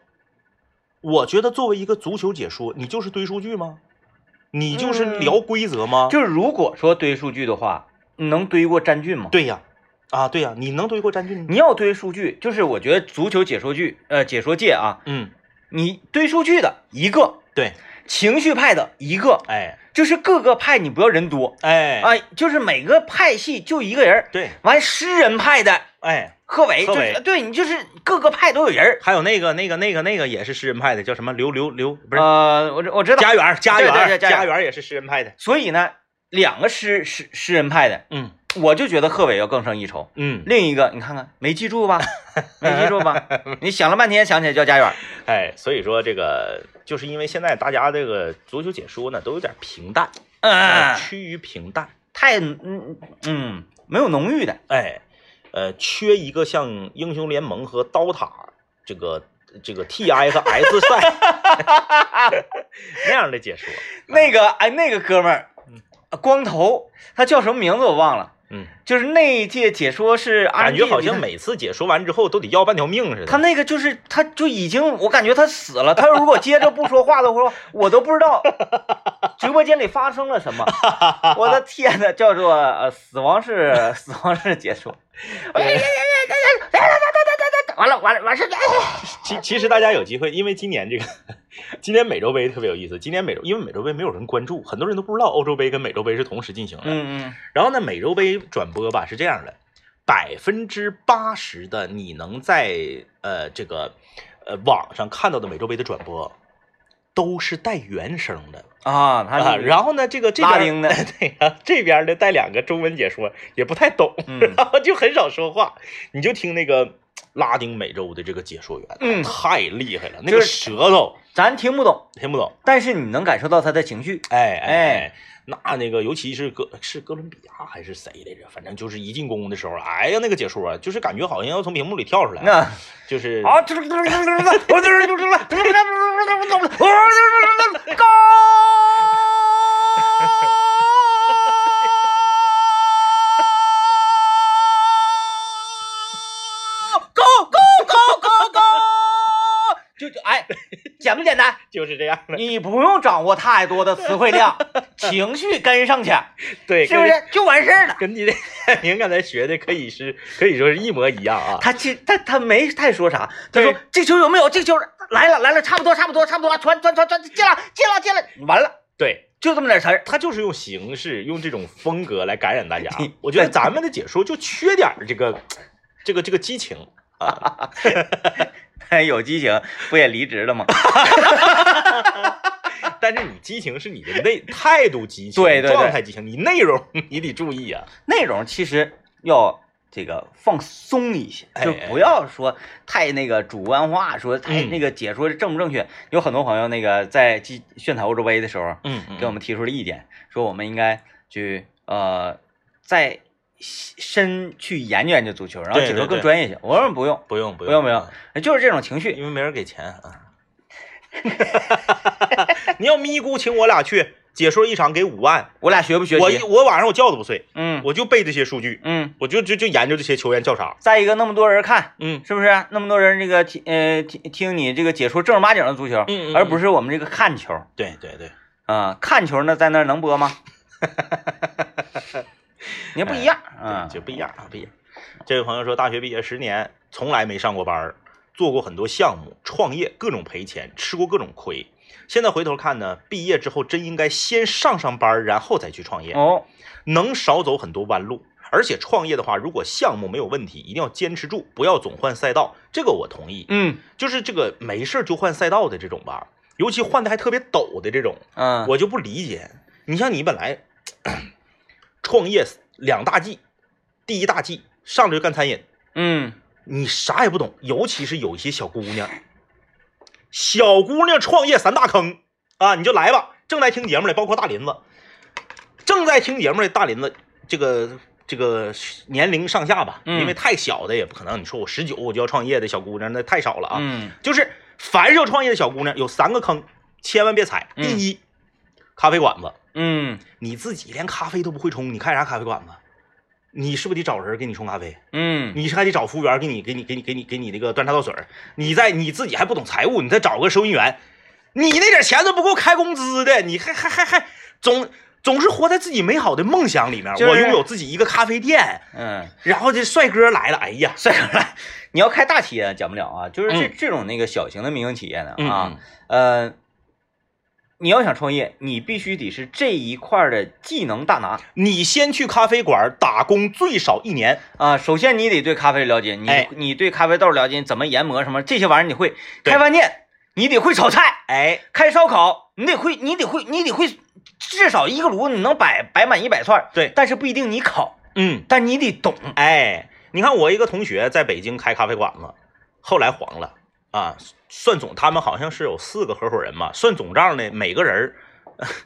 S2: 我觉得作为一个足球解说，你就是堆数据吗？你就是聊规则吗？
S1: 就是如果说堆数据的话，你能堆过詹俊吗？，
S2: 对呀，啊，对呀、你能对过詹俊？
S1: 你要堆数据，就是我觉得足球解说剧，呃，解说界啊，
S2: 嗯，
S1: 你堆数据的一个，
S2: 对，
S1: 情绪派的一个，
S2: 哎
S1: 就是各个派你不要人多，
S2: 哎
S1: 哎，就是每个派系就一个人儿。
S2: 对，
S1: 完，诗人派的
S2: 哎，
S1: 贺炜，
S2: 贺
S1: 就
S2: 炜
S1: 是对你就是各个派都有人儿。
S2: 还有那个那个那个那个也是诗人派的，叫什么刘刘刘，不是、
S1: 呃，我知我知道。
S2: 家园家
S1: 对对对
S2: 园
S1: 家园
S2: 家园也是诗人派的，
S1: 所以呢，两个诗诗诗人派的，
S2: 嗯
S1: 我就觉得贺炜要更胜一筹。
S2: 嗯，
S1: 另一个，你看看，没记住吧？没记住 吧？你想了半天，想起来叫家园儿。
S2: 哎，所以说这个就是因为现在大家这个足球解说呢都有点平淡，
S1: 嗯
S2: 哎，趋于平淡，
S1: 太嗯嗯没有浓郁的。
S2: 哎，呃，缺一个像英雄联盟和刀塔这个这个 TI 和 S 赛 那样的解说，
S1: 那个哎，那个哥们儿，呃光头，他叫什么名字我忘了，
S2: 嗯，
S1: 就是那一届解说是
S2: 感觉
S1: RNG
S2: 好像
S1: 的
S2: 每次解说完之后都得要半条命似的。
S1: 他那个就是，他就已经，我感觉他死了。他如果接着不说话的话，我都不知 道直播间里发生了什么。我的天呐，叫做呃，死亡 式死亡式结束。哎呀呀呀呀呀！来来来来来来来，完了完了完哎事。
S2: 其其实大家有机会，因为今年这个，今年美洲杯特别有意思。今年美洲，因为美洲杯没有人关注，很多人都不知道欧洲杯跟美洲杯是同时进行的。
S1: 嗯嗯，
S2: 然后呢，美洲杯转播吧是这样的，百分之八十的你能在呃这个呃网上看到的美洲杯的转播，都是带原声的
S1: 啊，他
S2: 啊。
S1: 是
S2: 然后呢，这个这
S1: 拉
S2: 边
S1: 丁的
S2: 对啊，这边的带两个中文解说也不太懂，
S1: 嗯
S2: 然后就很少说话，你就听那个。拉丁美洲的这个解说员，
S1: 嗯
S2: 太厉害了，那
S1: 就
S2: 个
S1: 是
S2: 舌头
S1: 咱听不懂，
S2: 听不懂，
S1: 但是你能感受到他的情绪。
S2: 哎
S1: 哎，
S2: 那那个尤其是哥是哥伦比亚还是谁来着？反正就是一进攻的时候，哎呀，那个解说啊，就是感觉好像要从屏幕里跳出来，
S1: 那
S2: 就是
S1: 啊，嘟嘟嘟嘟嘟嘟嘟嘟嘟嘟嘟嘟嘟嘟嘟嘟嘟嘟高高高高高，就就哎，简不简单？
S2: 就是这样的，
S1: 你不用掌握太多的词汇量，情绪跟上去，
S2: 对，
S1: 是不是就完事儿了？
S2: 跟你？跟你的 您刚才学的可以是可以说是一模一样啊。
S1: 他其他他没太说啥，他说
S2: 对
S1: 这球有没有？这球来了来了，差不多差不多差不多，传传传传进了进了进了，完了
S2: 对，
S1: 就这么点词儿。
S2: 他就是用形式、用这种风格来感染大家。我觉得咱们的解说就缺点儿这个这个这个激情。
S1: 哎有激情不也离职了吗？
S2: 但是你激情是你的内态度激情，
S1: 啊对对对
S2: 状态激情，你内容你得注意啊。
S1: 内容其实要这个放松一些，
S2: 哎
S1: 就不要说太那个主观化，说太
S2: 嗯
S1: 那个解说正不正确。有很多朋友那个在记炫彩欧洲杯的时候，
S2: 嗯
S1: 给我们提出了意见，说我们应该去呃再深去研究研究足球，然后
S2: 对
S1: 解
S2: 对
S1: 说更
S2: 对
S1: 专业一些。我说不用，
S2: 不用不
S1: 不用不用，就是这种情绪。
S2: 因为没人给钱啊。 你要咪咕请我俩去解说一场给五 万，
S1: 我俩学不学
S2: 我
S1: 习？
S2: 我晚上我觉都不睡，
S1: 嗯
S2: 我就背这些数据，
S1: 嗯。
S2: 我就就就研究这些球员叫啥。
S1: 再一个，那么多人看，
S2: 嗯，
S1: 是不是？那么多人这个听呃听听你这个解说正儿八经的足球，
S2: 嗯嗯嗯
S1: 而不是我们这个看球啊、
S2: 对对对，
S1: 看球呢，在那儿能播 吗？也不一样，嗯，
S2: 就不一样啊，不一样。这位朋友说，大学毕业十年，从来没上过班儿，做过很多项目，创业各种赔钱，吃过各种亏。现在回头看呢，毕业之后真应该先上上班儿，然后再去创业。
S1: 哦，
S2: 能少走很多弯路。而且创业的话，如果项目没有问题，一定要坚持住，不要总换赛道。这个我同意，
S1: 嗯
S2: 就是这个没事儿就换赛道的这种吧，尤其换的还特别陡的这种，
S1: 嗯，
S2: 我就不理解。你像你本来 创业两大忌，第一大忌上来就干餐饮，
S1: 嗯
S2: 你啥也不懂，尤其是有一些小姑娘，小姑娘创业三大坑啊，你就来吧。正在听节目的，包括大林子，正在听节目的大林子，这个这个年龄上下吧，
S1: 嗯
S2: 因为太小的也不可能。你说我十九我就要创业的小姑娘，那太少了啊。
S1: 嗯
S2: 就是凡是要创业的小姑娘，有三个坑，千万别踩。第
S1: 嗯
S2: 一，咖啡馆子，
S1: 嗯
S2: 你自己连咖啡都不会冲，你开啥咖啡馆子？你是不是得找人给你冲咖啡？
S1: 嗯，
S2: 你还得找服务员给你给你给你给你给你那个端茶倒水儿，你再你自己还不懂财务，你再找个收银员，你那点钱都不够开工资的，你还还还还总总是活在自己美好的梦想里面。
S1: 就是
S2: 我拥有自己一个咖啡店，
S1: 嗯，
S2: 然后这帅哥来了，哎呀，
S1: 算上来，你要开大企业讲不了啊，就是这、
S2: 嗯
S1: 这种那个小型的民营企业呢
S2: 嗯
S1: 啊，呃，你要想创业，你必须得是这一块儿的技能大拿
S2: 你先去咖啡馆打工最少一年，
S1: 啊。首先你得对咖啡了解，你、
S2: 哎
S1: 你对咖啡豆了解，你怎么研磨什么这些玩意儿你会。
S2: 对
S1: 开饭店你得会炒菜，
S2: 哎，
S1: 开烧烤你得会，你得会，你得会，至少一个炉你能摆摆满一百串儿。
S2: 对
S1: 但是不一定你烤，
S2: 嗯，
S1: 但你得懂。
S2: 哎，你看我一个同学在北京开咖啡馆子，后来黄了啊。算总他们好像是有四个合伙人嘛，算总账呢，每个人儿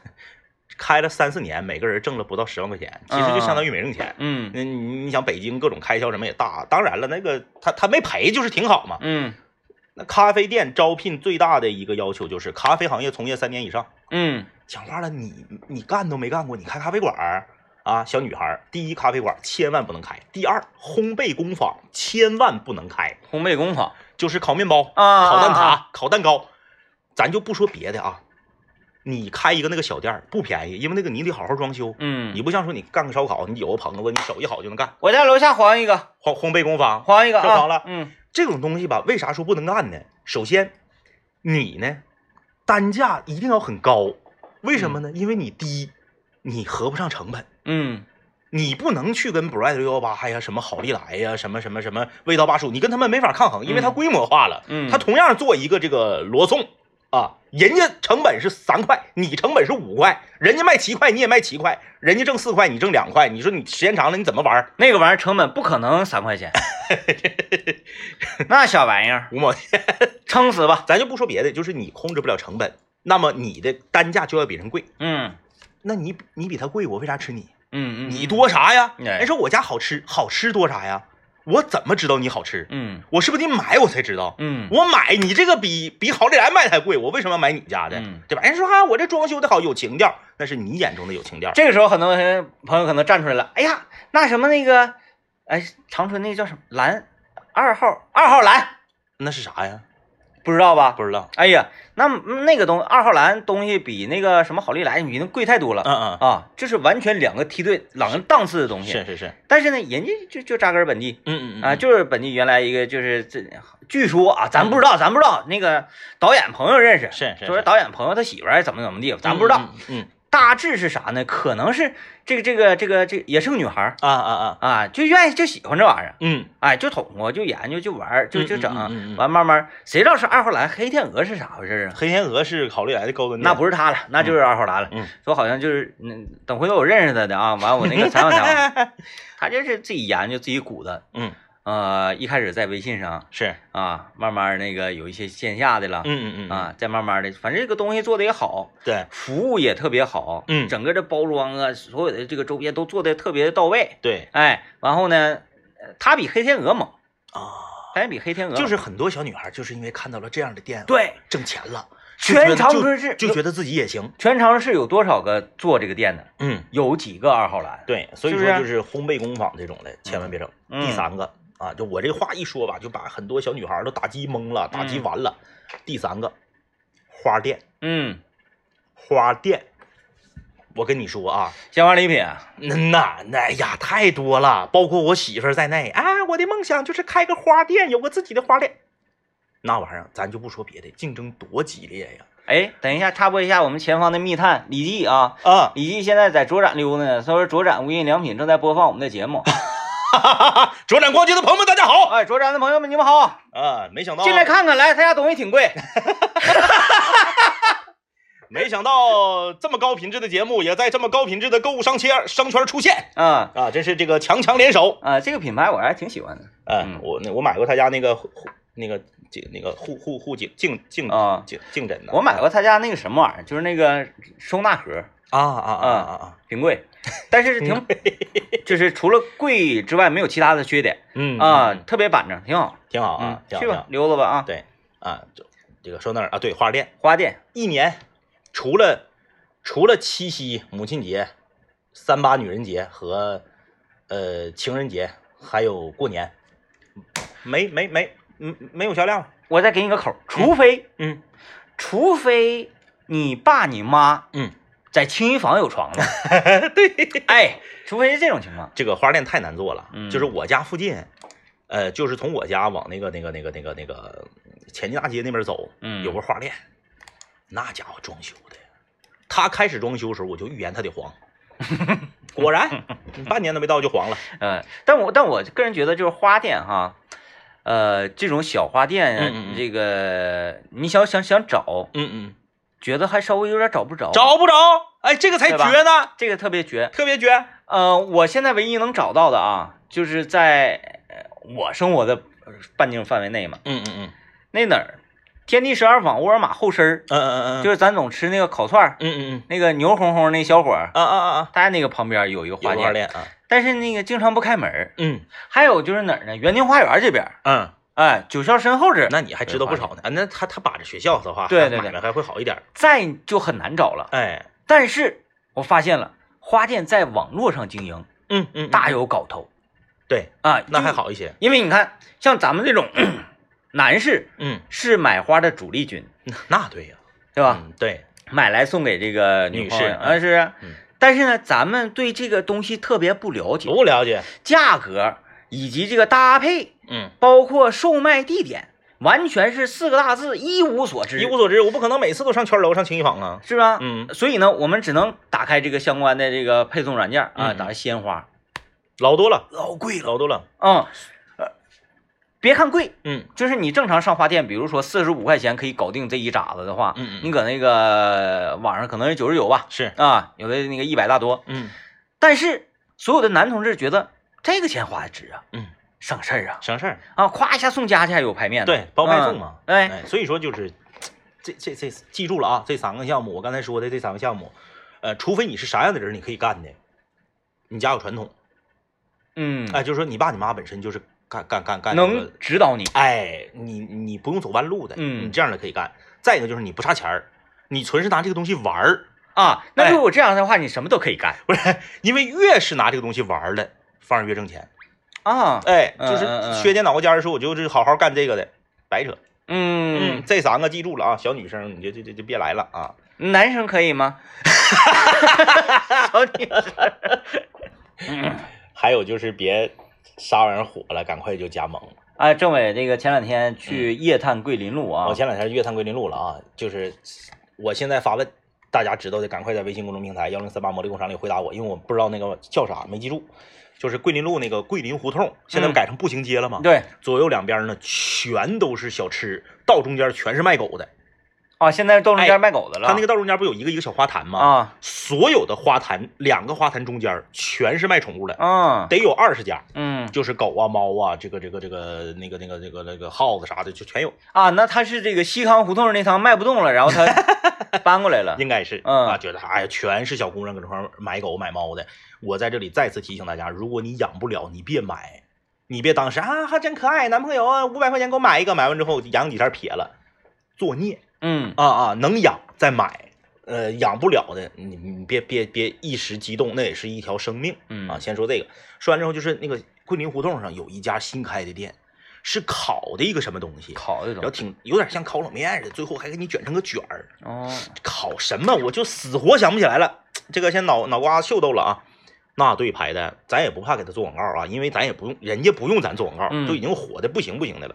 S2: 开了三四年，每个人挣了不到十万块钱，其实就相当于没挣钱。
S1: 嗯
S2: 那你你想北京各种开销什么也大，当然了，那个他他没赔就是挺好嘛。
S1: 嗯
S2: 那咖啡店招聘最大的一个要求就是咖啡行业从业三年以上。
S1: 嗯
S2: 讲话了，你你干都没干过，你开咖啡馆儿啊？小女孩儿，第一咖啡馆儿千万不能开，第二烘焙工坊千万不能开，
S1: 烘焙工坊
S2: 就是烤面包、
S1: 啊，
S2: 烤蛋挞、
S1: 啊
S2: 烤蛋糕，咱就不说别的啊。你开一个那个小店儿不便宜，因为那个你得好好装修，
S1: 嗯，
S2: 你不像说你干个烧烤，你有个棚子，你手艺好就能干。
S1: 我家楼下黄一个，
S2: 烘烘焙工坊
S1: 黄一个
S2: 收
S1: 啊，
S2: 藏了
S1: 嗯
S2: 这种东西吧，为啥说不能干呢？首先，你呢，单价一定要很高，为什么呢？因为你低，你合不上成本，
S1: 嗯
S2: 你不能去跟 Bright 六幺八呀、什么好利来呀、什么什么什么味道八十五，你跟他们没法抗衡，因为它
S1: 嗯
S2: 规模化了。
S1: 嗯，
S2: 它同样做一个这个罗宋啊，人家成本是三块，你成本是五块，人家卖七块，你也卖七块，人家挣四块，你挣两块，你说你时间长了你怎么玩儿？
S1: 那个玩意儿成本不可能三块 钱，那小玩意儿
S2: 五毛
S1: 撑死吧，
S2: 咱就不说别的，就是你控制不了成本，那么你的单价就要比人贵。
S1: 嗯
S2: 那你比你比他贵，我为啥吃你？
S1: 嗯嗯，
S2: 你多啥呀？
S1: 哎
S2: 人说我家好吃，好吃多啥呀？我怎么知道你好吃？
S1: 嗯
S2: 我是不是得买我才知道？
S1: 嗯
S2: 我买你这个比比好利来卖的还贵，我为什么要买你家的？
S1: 嗯
S2: 对吧？人说啊，我这装修的好，有情调，那是你眼中的有情调。
S1: 这个时候很多朋友可能站出来了，哎呀，那什么那个，哎，长春那个叫什么蓝二号二号蓝，
S2: 那是啥呀？
S1: 不知道吧？
S2: 不知道。
S1: 哎呀，那那个东二号蓝东西比那个什么好利来比那贵太多了。
S2: 嗯
S1: 啊，这是完全两个梯队、两个档次的东
S2: 嗯，
S1: 西。
S2: 是是是。
S1: 但是呢，人家就就扎根本地，
S2: 嗯嗯嗯
S1: 啊，就是本地原来一个就是这，据说啊，咱不知道，咱不知道那个导演朋友认识，
S2: 是是
S1: 说是导演朋友他媳妇儿怎么怎么地，咱不知道。。
S2: 嗯嗯嗯
S1: 大致是啥呢？可能是这个这个这个这也是个女孩儿
S2: 啊啊啊。
S1: 啊，就愿意就喜欢这玩意儿，
S2: 嗯，
S1: 哎，就捅咕就研究就玩儿就就整啊
S2: 嗯嗯嗯嗯嗯，
S1: 完慢慢谁知道是二号蓝黑天鹅是咋回事啊？
S2: 黑天鹅是好利来的高端店。
S1: 那不是他了，那就是二号蓝了。
S2: 嗯
S1: 说好像就是，嗯，等回头我认识他的啊，完我那个采访采 访，他就是自己研究自己鼓的，
S2: 嗯
S1: 呃，一开始在微信上
S2: 是。
S1: 啊，慢慢那个有一些线下的了，
S2: 嗯嗯嗯
S1: 啊，再慢慢的，反正这个东西做的也好，
S2: 对
S1: 服务也特别好，
S2: 嗯
S1: 整个的包装啊，所有的这个周边都做的特别到位，
S2: 对
S1: 哎，然后呢，呃他比黑天鹅猛，
S2: 啊，
S1: 他也比黑天鹅
S2: 就
S1: 猛
S2: 是很多小女孩就是因为看到了这样的店，，
S1: 对，
S2: 挣钱了，就觉
S1: 全
S2: 得
S1: 长
S2: 就
S1: 春市
S2: 就觉得自己也行，
S1: 全长春市有多少个做这个店的？
S2: 嗯，
S1: 有几个二号蓝？
S2: 对，所以
S1: 是不
S2: 说
S1: 是
S2: 就是烘焙工坊这种的千万别整。
S1: 嗯
S2: 第三个啊，就我这话一说吧，就把很多小女孩都打击懵了，打击完了。第三个，花店，
S1: 嗯，
S2: 花店。我跟你说啊，
S1: 鲜花礼品啊，
S2: 那那那哎呀太多了，包括我媳妇儿在内啊，我的梦想就是开个花店，有个自己的花店。那玩意儿，咱就不说别的，竞争多激烈呀！
S1: 哎，等一下，插播一下我们前方的密探李记啊，
S2: 啊，
S1: 李记现在在卓展溜达呢。他说卓展无印良品正在播放我们的节 目。
S2: 哈哈哈！卓展逛街的朋友们，大家好！
S1: 哎，卓展的朋友们，你们好，
S2: 啊，没想到，
S1: 进来看看，来，他家东西挺贵。
S2: 没想到这么高品质的节目，也在这么高品质的购物商圈商圈出现
S1: 啊
S2: 啊！真是这个强强联手。
S1: 啊，这个品牌我还挺喜欢的
S2: 嗯，我那我买过他家那个护护那个这那个护护护颈颈颈
S1: 啊。
S2: 颈颈枕呢。
S1: 我买过他家那个什么玩意儿，就是那个收纳盒，
S2: 啊啊
S1: 嗯
S2: 啊啊啊！
S1: 挺贵，但是挺， 就是除了贵之外没有其他的缺点
S2: 嗯
S1: 啊，，特别板正，挺好。
S2: 挺好
S1: 嗯
S2: 啊，挺，好
S1: 去
S2: 挺
S1: 吧
S2: 好，。
S1: 溜达吧啊。
S2: 对啊，就这个说那儿啊，对花店，
S1: 花店，
S2: 一年除了除了七夕、母亲节、三八女人节和呃情人节，还有过年，没没没，嗯，没有销量。
S1: 我再给你个口儿，除非
S2: 嗯
S1: 除非你爸你妈
S2: 嗯
S1: 在青云坊有床 吗？
S2: 对，
S1: 哎，除非是这种情况，
S2: 这个花店太难做了，
S1: 嗯
S2: 就是我家附近，呃，就是从我家往那个那个那个那个那个前进大街那边走，
S1: 嗯
S2: 有个花店，那家伙装修的，他开始装修的时候我就预言他得 黄，果然半年都没到就黄了，
S1: 嗯，但我但我个人觉得就是花店哈，呃，这种小花店，
S2: 嗯嗯嗯
S1: 这个你想想想找，
S2: 嗯嗯，
S1: 觉得还稍微有点找不着，
S2: 找不着，哎，这个才
S1: 对吧
S2: 绝呢，
S1: 这个特别绝。
S2: 特别绝，
S1: 呃，我现在唯一能找到的啊，就是在呃我生活的呃半径范围内嘛，
S2: 嗯嗯嗯
S1: 那哪儿，天地十二坊沃尔玛后身儿，
S2: 嗯嗯嗯，
S1: 就是咱总吃那个烤串儿，
S2: 嗯嗯嗯
S1: 那个牛红红那小伙儿，
S2: 啊啊啊啊，
S1: 他那个旁边有一个
S2: 有
S1: 花
S2: 个花
S1: 店，
S2: 店啊，
S1: 但是那个经常不开门儿。
S2: 嗯
S1: 还有就是哪儿呢？园林花园这边儿，
S2: 嗯。
S1: 哎，九霄身后这儿，
S2: 那你还知道不少呢。啊，那他他把着学校的话，
S1: 对
S2: 还
S1: 对对
S2: 买卖还会好一点儿。
S1: 再就很难找了。
S2: 哎，
S1: 但是我发现了，花店在网络上经营
S2: 嗯嗯，
S1: 大
S2: 有
S1: 有搞头
S2: 对，
S1: 啊，
S2: 那
S1: 因
S2: 还
S1: 为，
S2: 好一些。
S1: 因为你看，像咱们这种 男士
S2: 嗯，
S1: 是买花的主力军，
S2: 那那对呀，
S1: 对吧？
S2: 嗯，对，
S1: 买来送给这个
S2: 女
S1: 士
S2: 士
S1: 啊，是不是
S2: 嗯。
S1: 但是呢，咱们对这个东西特别不了解，
S2: 不了解。
S1: 价格以及这个搭配，
S2: 嗯，
S1: 包括售卖地点，完全是四个大字一无所知，
S2: 一无所知，我不可能每次都上圈楼上青衣坊啊。
S1: 是吧？
S2: 嗯，
S1: 所以呢，我们只能打开这个相关的这个配送软件儿啊，
S2: 嗯
S1: 打开鲜花，
S2: 老多了，
S1: 老贵了。
S2: 老多了。
S1: 嗯，呃别看贵，
S2: 嗯
S1: 就是你正常上花店，比如说四十五块钱可以搞定这一扎子的话，
S2: 嗯嗯
S1: 你搁那个网上可能是九十九吧，
S2: 是，
S1: 啊，有的那个一百大多。
S2: 嗯，
S1: 但是所有的男同志觉得这个钱花的值啊，
S2: 嗯，
S1: 省事儿啊，
S2: 省事儿。
S1: 啊，夸一下送家去还有排面呢，
S2: 对，包派送嘛。
S1: 嗯哎，
S2: 哎，所以说就是这这这，记住了啊，这三个项目，我刚才说的这三个项目，呃，除非你是啥样的人，你可以干的。你家有传统，
S1: 嗯，
S2: 哎，就是说你爸你妈本身就是干干干干这个
S1: 能指导你，
S2: 哎，你你不用走弯路的，
S1: 嗯
S2: 你这样的可以干。再一个就是你不差钱儿，你纯是拿这个东西玩儿，
S1: 啊，那
S2: 哎
S1: 如果这样的话，你什么都可以干
S2: 不是？因为越是拿这个东西玩儿的，反而越挣钱。
S1: 啊，
S2: 哎，
S1: 嗯
S2: 就是
S1: 嗯嗯
S2: 削尖脑袋尖儿说我就是好好干这个的，白扯。
S1: 嗯，
S2: 这三个记住了啊，小女生你就就就就别来了啊。
S1: 男生可以 吗？小女生，
S2: 还有就是别啥玩意儿火了，赶快就加盟。
S1: 哎，政委，这个前两天去
S2: 嗯
S1: 夜探桂林路啊，
S2: 我前两天约探桂林路了啊，就是我现在发问，大家知道的，赶快在微信公众平台幺零三八魔力工厂里回答我，因为我不知道那个叫啥，没记住。就是桂林路那个桂林胡同，现在不改成步行街了吗？
S1: 嗯对
S2: 左右两边呢全都是小吃，道中间全是卖狗的。
S1: 啊，现在到中
S2: 哎
S1: 间卖狗的了，
S2: 它那个道中间不有一个一个小花坛吗？
S1: 啊
S2: 所有的花坛，两个花坛中间全是卖宠物的，
S1: 啊
S2: 得有二十家，
S1: 嗯
S2: 就是狗啊、猫啊，这个这个这个那个那个那个那个耗子啥的，就全有。
S1: 啊，那他是这个西康胡同那趟卖不动了，然后 他搬过来了，
S2: 应该是，
S1: 嗯
S2: 啊，觉得哎呀，全是小姑娘搁这块儿买狗买猫的。我在这里再次提醒大家，如果你养不了，你别买，你别当时啊，还真可爱，男朋友啊，五百块钱给我买一个，买完之后养几天撇了，作孽
S1: 嗯
S2: 啊啊，能养再买，呃，养不了的，你你别别别一时激动，那也是一条生命
S1: 嗯
S2: 啊。先说这个，说完之后就是那个桂林胡同上有一家新开的店，是烤的一个什么东西。
S1: 烤这
S2: 然
S1: 种
S2: 后挺有点像烤冷面似的，最后还给你卷成个卷儿，
S1: 哦，
S2: 烤什么？我就死活想不起来了。这个先脑脑瓜秀逗了啊。那队排的，咱也不怕给他做广告啊，因为咱也不用，人家不用咱做广告，
S1: 嗯
S2: 都已经火的不行不行的了。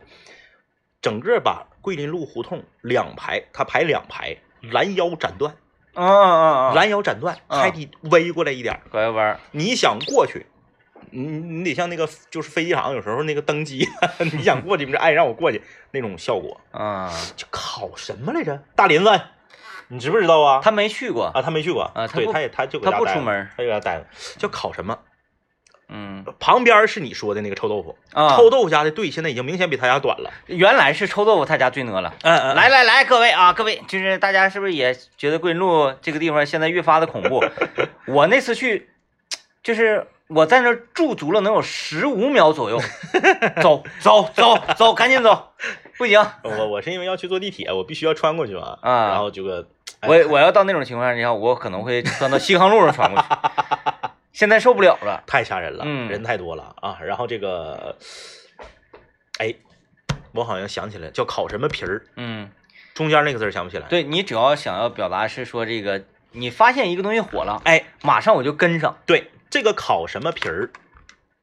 S2: 整个把桂林路胡同两排，他排两排，拦腰斩断，
S1: 嗯嗯嗯嗯，
S2: 拦腰斩断，
S1: 啊
S2: 还得围过来一点儿。
S1: 拐个弯儿，
S2: 你想过去，你你得像那个就是飞机场有时候那个登机， 你想过去，你这哎让我过去那种效果。
S1: 啊，
S2: 这烤什么来着？大林湾，你知不知道啊？
S1: 他没去过，
S2: 啊，他没去过
S1: 啊他
S2: 对，
S1: 不
S2: 他也他就搁
S1: 他
S2: 家
S1: 不
S2: 待
S1: 出
S2: 着
S1: 门儿，
S2: 他就搁家待着，叫烤什么？
S1: 嗯
S2: 旁边是你说的那个臭豆腐，
S1: 啊，
S2: 臭豆腐家的队现在已经明显比他家短了。
S1: 原来是臭豆腐他家最讷了。
S2: 嗯嗯
S1: 来
S2: 来，
S1: 来来，各位啊，各位，就是大家是不是也觉得桂林路这个地方现在越发的恐怖？ 我那次去，就是我在那儿驻足了能有十五秒左右，走走走走，赶紧走，不行，
S2: 我我是因为要去坐地铁，我必须要穿过去嘛，
S1: 啊
S2: 然后这个，哎
S1: 我我要到那种情况下，你看我可能会穿到西康路上穿过去，现在受不了了，
S2: 太吓人了，
S1: 嗯
S2: 人太多了啊。然后这个，哎，我好像想起来了叫烤什么皮儿，
S1: 嗯，
S2: 中间那个字儿想不起来。
S1: 对你主要想要表达是说这个你发现一个东西火了，
S2: 哎，
S1: 马上我就跟上。
S2: 对，这个烤什么皮儿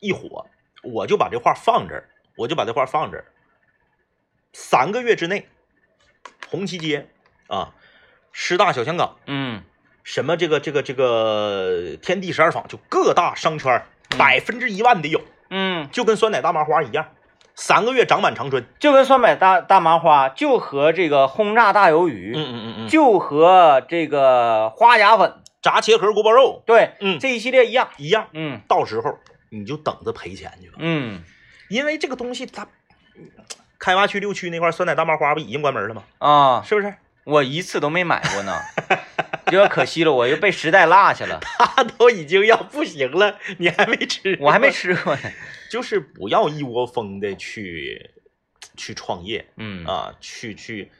S2: 一火，我就把这话放这儿，我就把这话放这儿。三个月之内，红旗街啊，师大小香港，
S1: 嗯
S2: 什么这个这个这个天地十二坊，就各大商圈百分之一万得有，
S1: 嗯，
S2: 就跟酸奶大麻花一样，三个月长满长春。
S1: 就跟酸奶大大麻花，就和这个轰炸大鱿鱼，
S2: 嗯嗯，
S1: 就和这个花甲粉，
S2: 炸茄盒锅包肉
S1: 对，
S2: 嗯
S1: 这一系列一样。
S2: 一样，
S1: 嗯
S2: 到时候你就等着赔钱去吧，
S1: 嗯
S2: 因为这个东西它，开发区六区那块儿酸奶大麻花不已经关门了吗？
S1: 啊，
S2: 是不 是？
S1: 我一次都没买过 呢，有点可惜了，我又被时代落下了，
S2: 它都已经要不行了，你还没吃？
S1: 我还没，吃过呢。
S2: 就是不要一窝蜂的去去创业，
S1: 嗯
S2: 啊，去去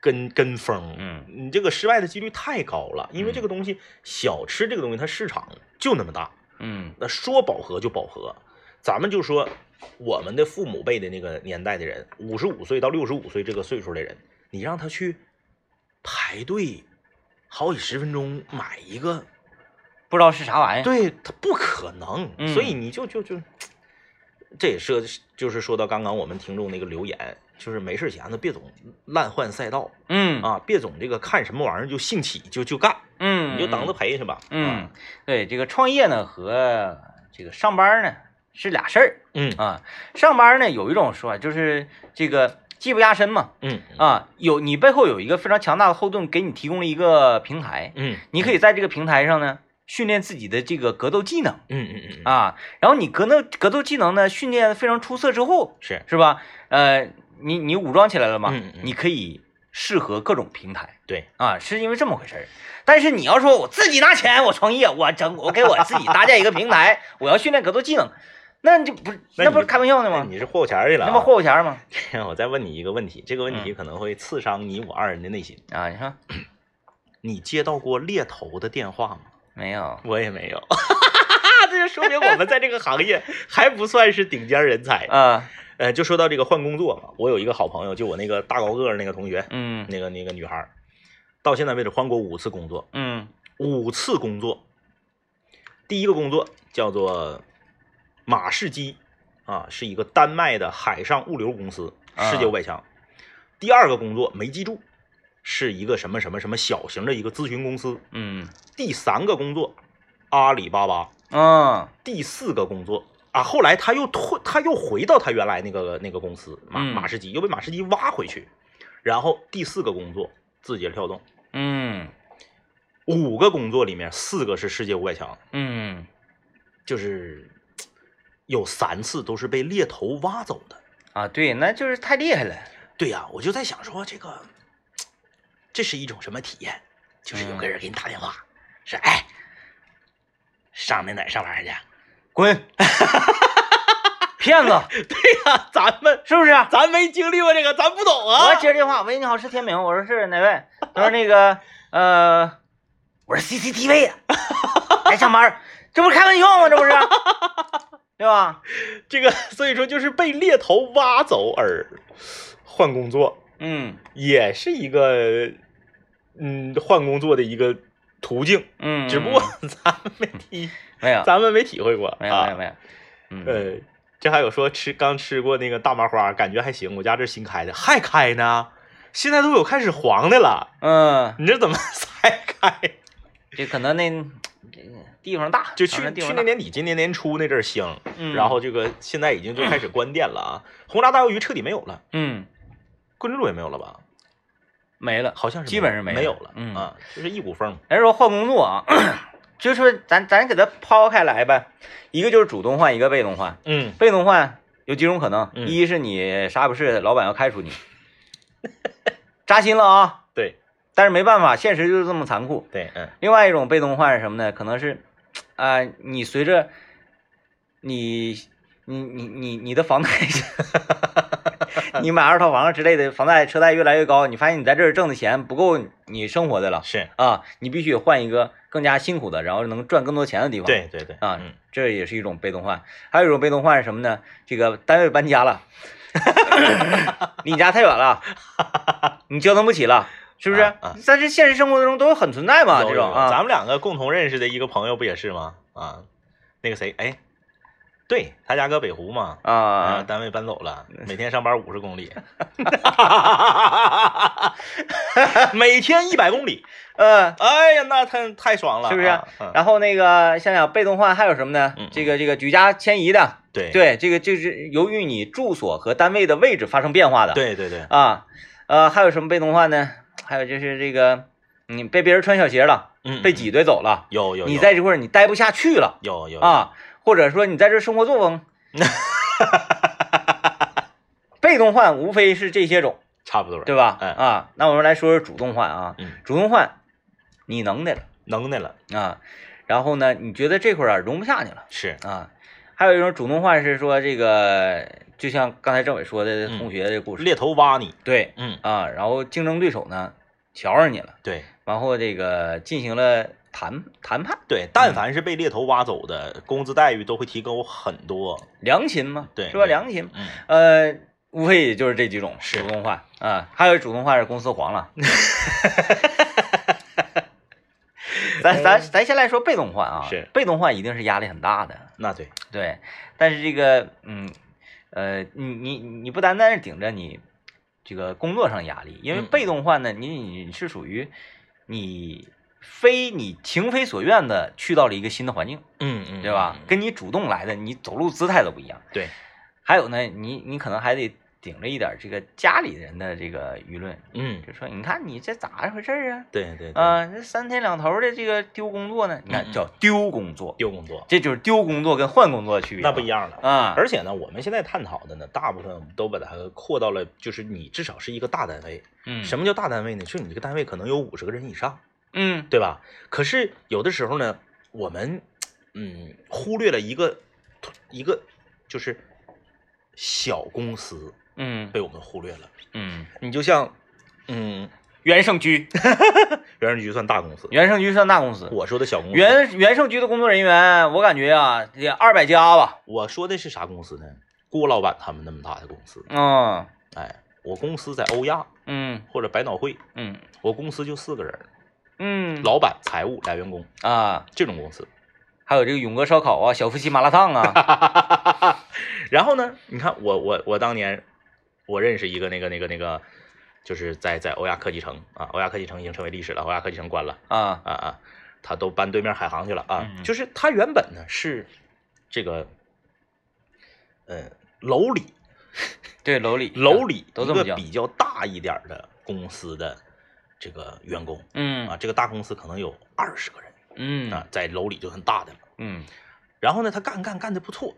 S2: 跟跟风，
S1: 嗯
S2: 你这个失败的几率太高了，因为这
S1: 嗯
S2: 个东西小吃这个东西它市场就那么大，
S1: 嗯
S2: 那说饱和就饱和，咱们就说我们的父母辈的那个年代的人，五十五岁到六十五岁这个岁数的人，你让他去排队好几十分钟买一个，
S1: 不知道是啥玩意儿。
S2: 对他不可能，
S1: 嗯
S2: 所以你就就就。这也是就是说到刚刚我们听众那个留言，就是没事闲的别总滥换赛道，
S1: 嗯
S2: 啊，别总这个看什么玩意儿就兴起就就干，
S1: 嗯，
S2: 你就等
S1: 嗯
S2: 着赔去吧。
S1: 嗯
S2: 啊，
S1: 对，这个创业呢和这个上班呢是俩事儿
S2: 嗯
S1: 啊。上班呢有一种说法就是这个技不压身嘛，
S2: 嗯
S1: 啊，有你背后有一个非常强大的后盾，给你提供了一个平台，
S2: 嗯
S1: 你可以在这个平台上呢训练自己的这个格斗技能
S2: 嗯嗯嗯嗯，
S1: 啊，然后你格斗格斗技能呢训练得非常出色之后，
S2: 是
S1: 是吧？呃，你你武装起来了嘛，
S2: 嗯嗯
S1: 你可以适合各种平台。
S2: 对，
S1: 啊，是因为这么回事儿。但是你要说我自己拿钱，我创业，我整，我给我自己搭建一个平台，我要训练格斗技能，那这不是那
S2: 那你
S1: 不是
S2: 就
S1: 开玩笑呢
S2: 那
S1: 吗？
S2: 你是霍有钱儿去了啊？
S1: 那不霍口钱吗？
S2: 我再问你一个问题，这个问题
S1: 嗯
S2: 可能会刺伤你我二人的内心。
S1: 啊，你看
S2: 你接到过猎头的电话吗？
S1: 没有？
S2: 我也没有， 这就说明我们在这个行 业还不算是顶尖人才。
S1: 啊，
S2: 呃，就说到这个换工作嘛，我有一个好朋友，就我那个大高个儿那个同学，
S1: 嗯
S2: 那个那个女孩儿，到现在为止换过五次工作，
S1: 嗯
S2: 五次工作，第一个工作叫做马士基啊，是一个丹麦的海上物流公司，
S1: 啊
S2: 世界五百强。第二个工作没记住，是一个什么什么什么小型的一个咨询公司。
S1: 嗯
S2: 第三个工作，阿里巴巴。
S1: 啊
S2: 第四个工作啊，后来他又退，他又回到他原来那个那个公司马
S1: 嗯
S2: 马士基，又被马士基挖回去。然后第四个工作，字节跳动。
S1: 嗯
S2: 五个工作里面，四个是世界五百强。
S1: 嗯
S2: 就是嘖有三次都是被猎头挖走的。
S1: 啊，对，那就是太厉害了。
S2: 对呀、我就在想说这个，嘖这是一种什么体验？就是有个人给你打电话，说：“哎，上那哪儿上班 去啊
S1: 滚！骗子
S2: 啊？”咱们
S1: 是不是？
S2: 咱没经历过这个，咱不懂啊
S1: 我接电话，喂，你好，是天明，我说是哪位？他说那个，呃，我是 CCTV 啊，来上班儿，这不是开玩笑吗？这不是，对吧？
S2: 这个，所以说就是被猎头挖走而换工作，
S1: 嗯
S2: 也是一个嗯换工作的一个途径，
S1: 嗯，
S2: 只不过咱们没体，
S1: 没有，
S2: 咱们没体会过
S1: 没有，
S2: 啊
S1: 没有，。没有，嗯，
S2: 呃，这还有说吃刚吃过那个大麻花，感觉还行。我家这新开的，还开呢，现在都有开始黄的了。
S1: 嗯，
S2: 你这怎么 才开？
S1: 这可能那这个地方大，
S2: 就
S1: 可
S2: 去
S1: 能地
S2: 去
S1: 方
S2: 年
S1: 大，
S2: 年底、今年年初那阵儿香，
S1: 嗯
S2: 然后这个现在已经就开始关店了啊。轰炸大鱿鱼彻底没有了，
S1: 嗯，
S2: 桂林路也没有了吧？
S1: 没了，
S2: 好像是
S1: 基本上
S2: 没
S1: 没
S2: 有没有
S1: 了
S2: 了
S1: 嗯
S2: 啊，就是一股风。
S1: 人说换工作啊，就说咱咱给它抛开来呗，一个就是主动换，一个被动换。
S2: 嗯，
S1: 被动换有几种可能，
S2: 嗯
S1: 一是你啥也不是，老板要开除你，扎心了啊！
S2: 对
S1: 但是没办法，现实就是这么残酷。
S2: 对，嗯
S1: 另外一种被动换是什么呢？可能是，啊、你随着你你你你你的房贷，你买二套房之类的，房贷车贷越来越高，你发现你在这儿挣的钱不够你生活的了
S2: 是，
S1: 啊，你必须换一个更加辛苦的，然后能赚更多钱的地方。
S2: 对对对
S1: 啊
S2: 嗯，
S1: 这也是一种被动换。还有一种被动换是什么呢？这个单位 搬家了，离你家太远了，你折腾不起了，是不是？
S2: 啊啊
S1: 但是现实生活中都有很存在嘛，
S2: 有
S1: 这
S2: 有
S1: 种
S2: 有
S1: 啊，
S2: 咱们两个共同认识的一个朋友不也是吗？啊，那个谁，哎，对他家搁北湖嘛，然后
S1: 啊，
S2: 单位搬走了，每天上班五十 公里，每天一百公里，
S1: 嗯。
S2: 哎呀，那太太爽了，
S1: 是不是
S2: 啊嗯
S1: 然后那个想想被动换还有什么呢
S2: 嗯嗯？
S1: 这个这个举家迁移的，
S2: 对
S1: 对，这个就是由于你住所和单位的位置发生变化的。
S2: 对对对，
S1: 啊，呃，还有什么被动换呢？还有就是这个，你被别人穿小鞋了，
S2: 嗯，
S1: 被挤兑走了，
S2: 有有，
S1: 你
S2: 有
S1: 在这块儿你待不下去了
S2: 有有，
S1: 啊，或者说你在这生活作 风，被动换无非是这些种，
S2: 差不多，
S1: 对吧？
S2: 哎
S1: 啊，那我们来说说主动换啊，
S2: 嗯，
S1: 主动换，你能耐了
S2: 能耐了，
S1: 啊，然后呢，你觉得这块儿啊容不下你了
S2: 是，
S1: 啊，还有一种主动换是说这个，就像刚才政委说的
S2: 嗯
S1: 同学的故事，
S2: 猎头挖你，
S1: 对。
S2: 嗯，
S1: 啊，然后竞争对手呢瞧上你了，
S2: 对
S1: 然后这个进行了谈谈判，
S2: 对，但凡是被猎头挖走的，工资待遇都会提高很多，
S1: 良禽嘛，
S2: 对
S1: 是吧？
S2: 对
S1: 良禽，
S2: 嗯，
S1: 呃，无非也就是这几种
S2: 是
S1: 主动换啊，还有主动换是公司黄 了。咱咱咱先来说被动换啊，
S2: 嗯是
S1: 被动换一定是压力很大的，
S2: 那对，
S1: 对。但是这个，嗯，呃，你你你不单单是顶着你这个工作上压力，因为
S2: 嗯嗯
S1: 被动换呢，你你是属于你非你情非所愿的去到了一个新的环境，
S2: 嗯嗯，
S1: 对吧？嗯
S2: 嗯
S1: 跟你主动来的，你走路姿态都不一样。
S2: 对，
S1: 还有呢，你你可能还得顶着一点这个家里人的这个舆论，
S2: 嗯，
S1: 就说你看你这咋回事儿啊？
S2: 对对对，
S1: 啊，这三天两头的这个丢工作呢，你
S2: 嗯
S1: 看
S2: 嗯
S1: 叫丢工作，
S2: 丢工作
S1: 这就是丢工作跟换工作的区别，
S2: 那不一样了。
S1: 啊。
S2: 而且呢，我们现在探讨的呢，大部分我们都把它扩到了，就是你至少是一个大单位。
S1: 嗯
S2: 什
S1: 么？
S2: 么叫大单位呢？就是你这个单位可能有五十个人以上，
S1: 嗯
S2: 对吧？可是有的时候呢，我们嗯忽略了一个一个就是小公司
S1: 嗯
S2: 被我们忽略了。
S1: 嗯，
S2: 你就像嗯，
S1: 原盛居，
S2: 原人局算大公司，
S1: 原盛居算大公司。
S2: 我说的小公司，
S1: 原原盛居的工作人员，我感觉啊，也二百加吧。
S2: 我说的是啥公司呢？郭老板他们那么大的公司，
S1: 嗯
S2: 哎，我公司在欧亚
S1: 嗯
S2: 或者百脑汇，
S1: 嗯
S2: 我公司就四个人儿，
S1: 嗯
S2: 老板、财务、俩员工，
S1: 啊，
S2: 这种公司。
S1: 还有这个勇哥烧烤啊，小夫妻麻辣烫 啊，
S2: 然后呢，你看我我我当年我认识一个那个那个那个，就是在在欧亚科技城啊，欧亚科技城已经成为历史了，欧亚科技城关了
S1: 啊
S2: 啊啊，他都搬对面海航去了啊。
S1: 嗯嗯
S2: 就是他原本呢是这个，呃，楼里
S1: 对，楼里
S2: 楼里
S1: 都
S2: 一
S1: 这么
S2: 个
S1: 讲。
S2: 比较大一点儿的公司的这个员工啊，
S1: 嗯
S2: 这个大公司可能有二十个人
S1: 嗯
S2: 啊，在楼里就很大的了。
S1: 嗯
S2: 然后呢，他干干干的不错，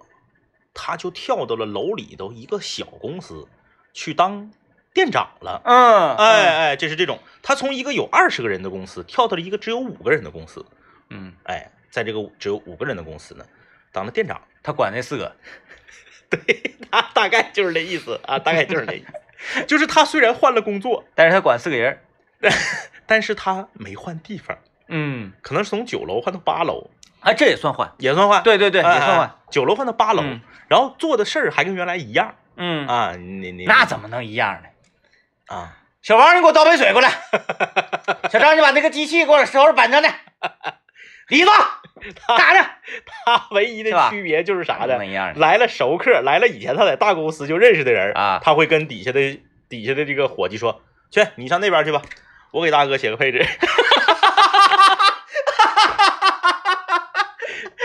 S2: 他就跳到了楼里头一个小公司去当店长了。
S1: 嗯，
S2: 哎哎，这是这种，他从一个有二十个人的公司跳到了一个只有五个人的公司。
S1: 嗯，
S2: 哎，在这个只有五个人的公司呢，当了店长，
S1: 他管那四个，
S2: 他大概就是这意思啊，大概就是这意思。 就是他虽然换了工作，
S1: 但是他管四个人儿。
S2: 但是他没换地方，
S1: 嗯
S2: 可能是从九楼换到八楼，
S1: 啊，这也算换。啊
S2: 也算换。
S1: 对对对，也
S2: 哎，
S1: 算
S2: 哎
S1: 换。
S2: 哎九楼换到八楼
S1: 嗯，
S2: 然后做的事儿还跟原来一样
S1: 嗯，
S2: 啊。你你
S1: 那怎么能一样呢？
S2: 啊？
S1: 小王，你给我倒杯水 过来。小张，你把那个机器给我收拾板正的。李子，打着。
S2: 他 唯一的
S1: 是吧
S2: 区别就是啥
S1: 不
S2: 呢？
S1: 一样的。
S2: 来了熟客，来了以前他在大公司就认识的人
S1: 啊
S2: 他会跟底下的底下的这个伙计说：“去，你上那边去吧，我给大哥写个配置。”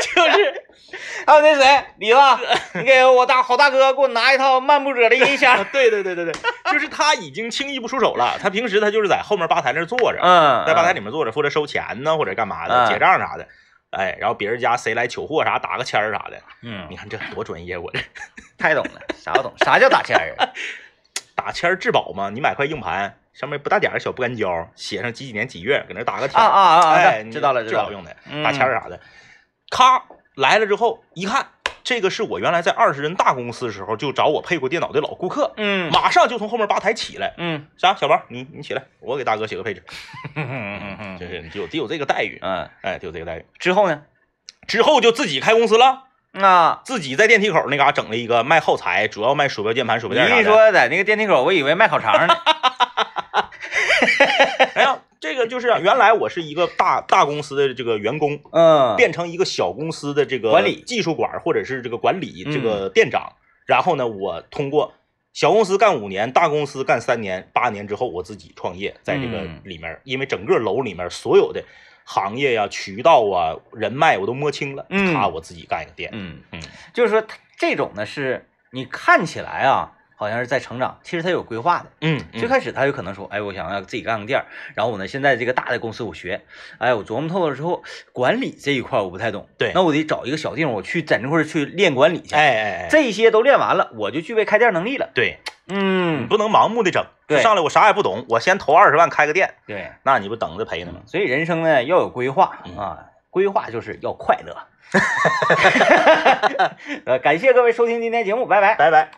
S2: 就是
S1: 还有那谁，李 子，你给我大好大哥给我拿一套漫步者的音
S2: 啊
S1: 箱。，
S2: 对对对对对，就是他已经轻易不出手了。他平时他就是在后面吧台那儿坐着，
S1: 嗯，
S2: 在吧台里面坐着，或者收钱呢，或者干嘛的，
S1: 嗯
S2: 结账啥的。哎，然后别人家谁来取货啥，打个签儿啥的，你
S1: 嗯，
S2: 看这多专业，我这
S1: 太懂了，啥都懂，啥叫打签儿啊？
S2: 打签儿质保嘛，你买块硬盘，上面不大点儿小不干胶，写上几几年几月，搁那打个 条
S1: 啊
S2: 儿，
S1: 啊啊
S2: 哎，
S1: 啊！
S2: 你
S1: 知道了，
S2: 质
S1: 知道
S2: 保
S1: 了。
S2: 用的，
S1: 嗯
S2: 打签儿啥的，咔来了之后一看，这个是我原来在二十人大公司的时候就找我配过电脑的老顾客，
S1: 嗯
S2: 马上就从后面吧台起来，
S1: 嗯
S2: 啥小王，你你起来，我给大哥写个配置，
S1: 嗯嗯嗯
S2: 就是得有得有这个待遇，
S1: 嗯。
S2: 哎，得有这个待遇。
S1: 之后呢？
S2: 之后就自己开公司了，
S1: 啊，
S2: 自己在电梯口那嘎、整了一个卖耗材，主要卖鼠标、键盘、鼠
S1: 你
S2: 标垫啥 的。
S1: 一说在那个电梯口，我以为卖烤肠呢。
S2: 哎呀，这个就是啊原来我是一个大大公司的这个员工，
S1: 嗯，
S2: 变成一个小公司的这个
S1: 管理
S2: 技术管或者是这个管理
S1: 嗯
S2: 这个店长，然后呢，我通过小公司干五年，大公司干三年，八年之后我自己创业，在这个
S1: 嗯
S2: 里面，因为整个楼里面所有的行业呀、渠道啊、人脉我都摸清了，
S1: 嗯
S2: 咔，我自己干一个店，
S1: 嗯
S2: 嗯，
S1: 就是说它这种呢是你看起来啊好像是在成长，其实它有规划的。
S2: 嗯，
S1: 最开始他有可能说，哎，我想要自己干个店儿，然后我呢，现在这个大的公司我学，哎，我琢磨透了之后，管理这一块我不太懂，
S2: 对
S1: 那我得找一个小地方，我去在那块儿去练管理去，，
S2: 哎哎哎，
S1: 这些都练完了，我就具备开店能力了，
S2: 对你
S1: 嗯，
S2: 不能盲目的整，
S1: 对
S2: 上来我啥也不懂，我先投二十万开个店，
S1: 对，
S2: 那你不等着赔呢吗？
S1: 所以人生呢要有规划
S2: 嗯
S1: 啊，规划就是 要快乐，呃，感谢各位收听今天节目，拜拜。
S2: 拜拜。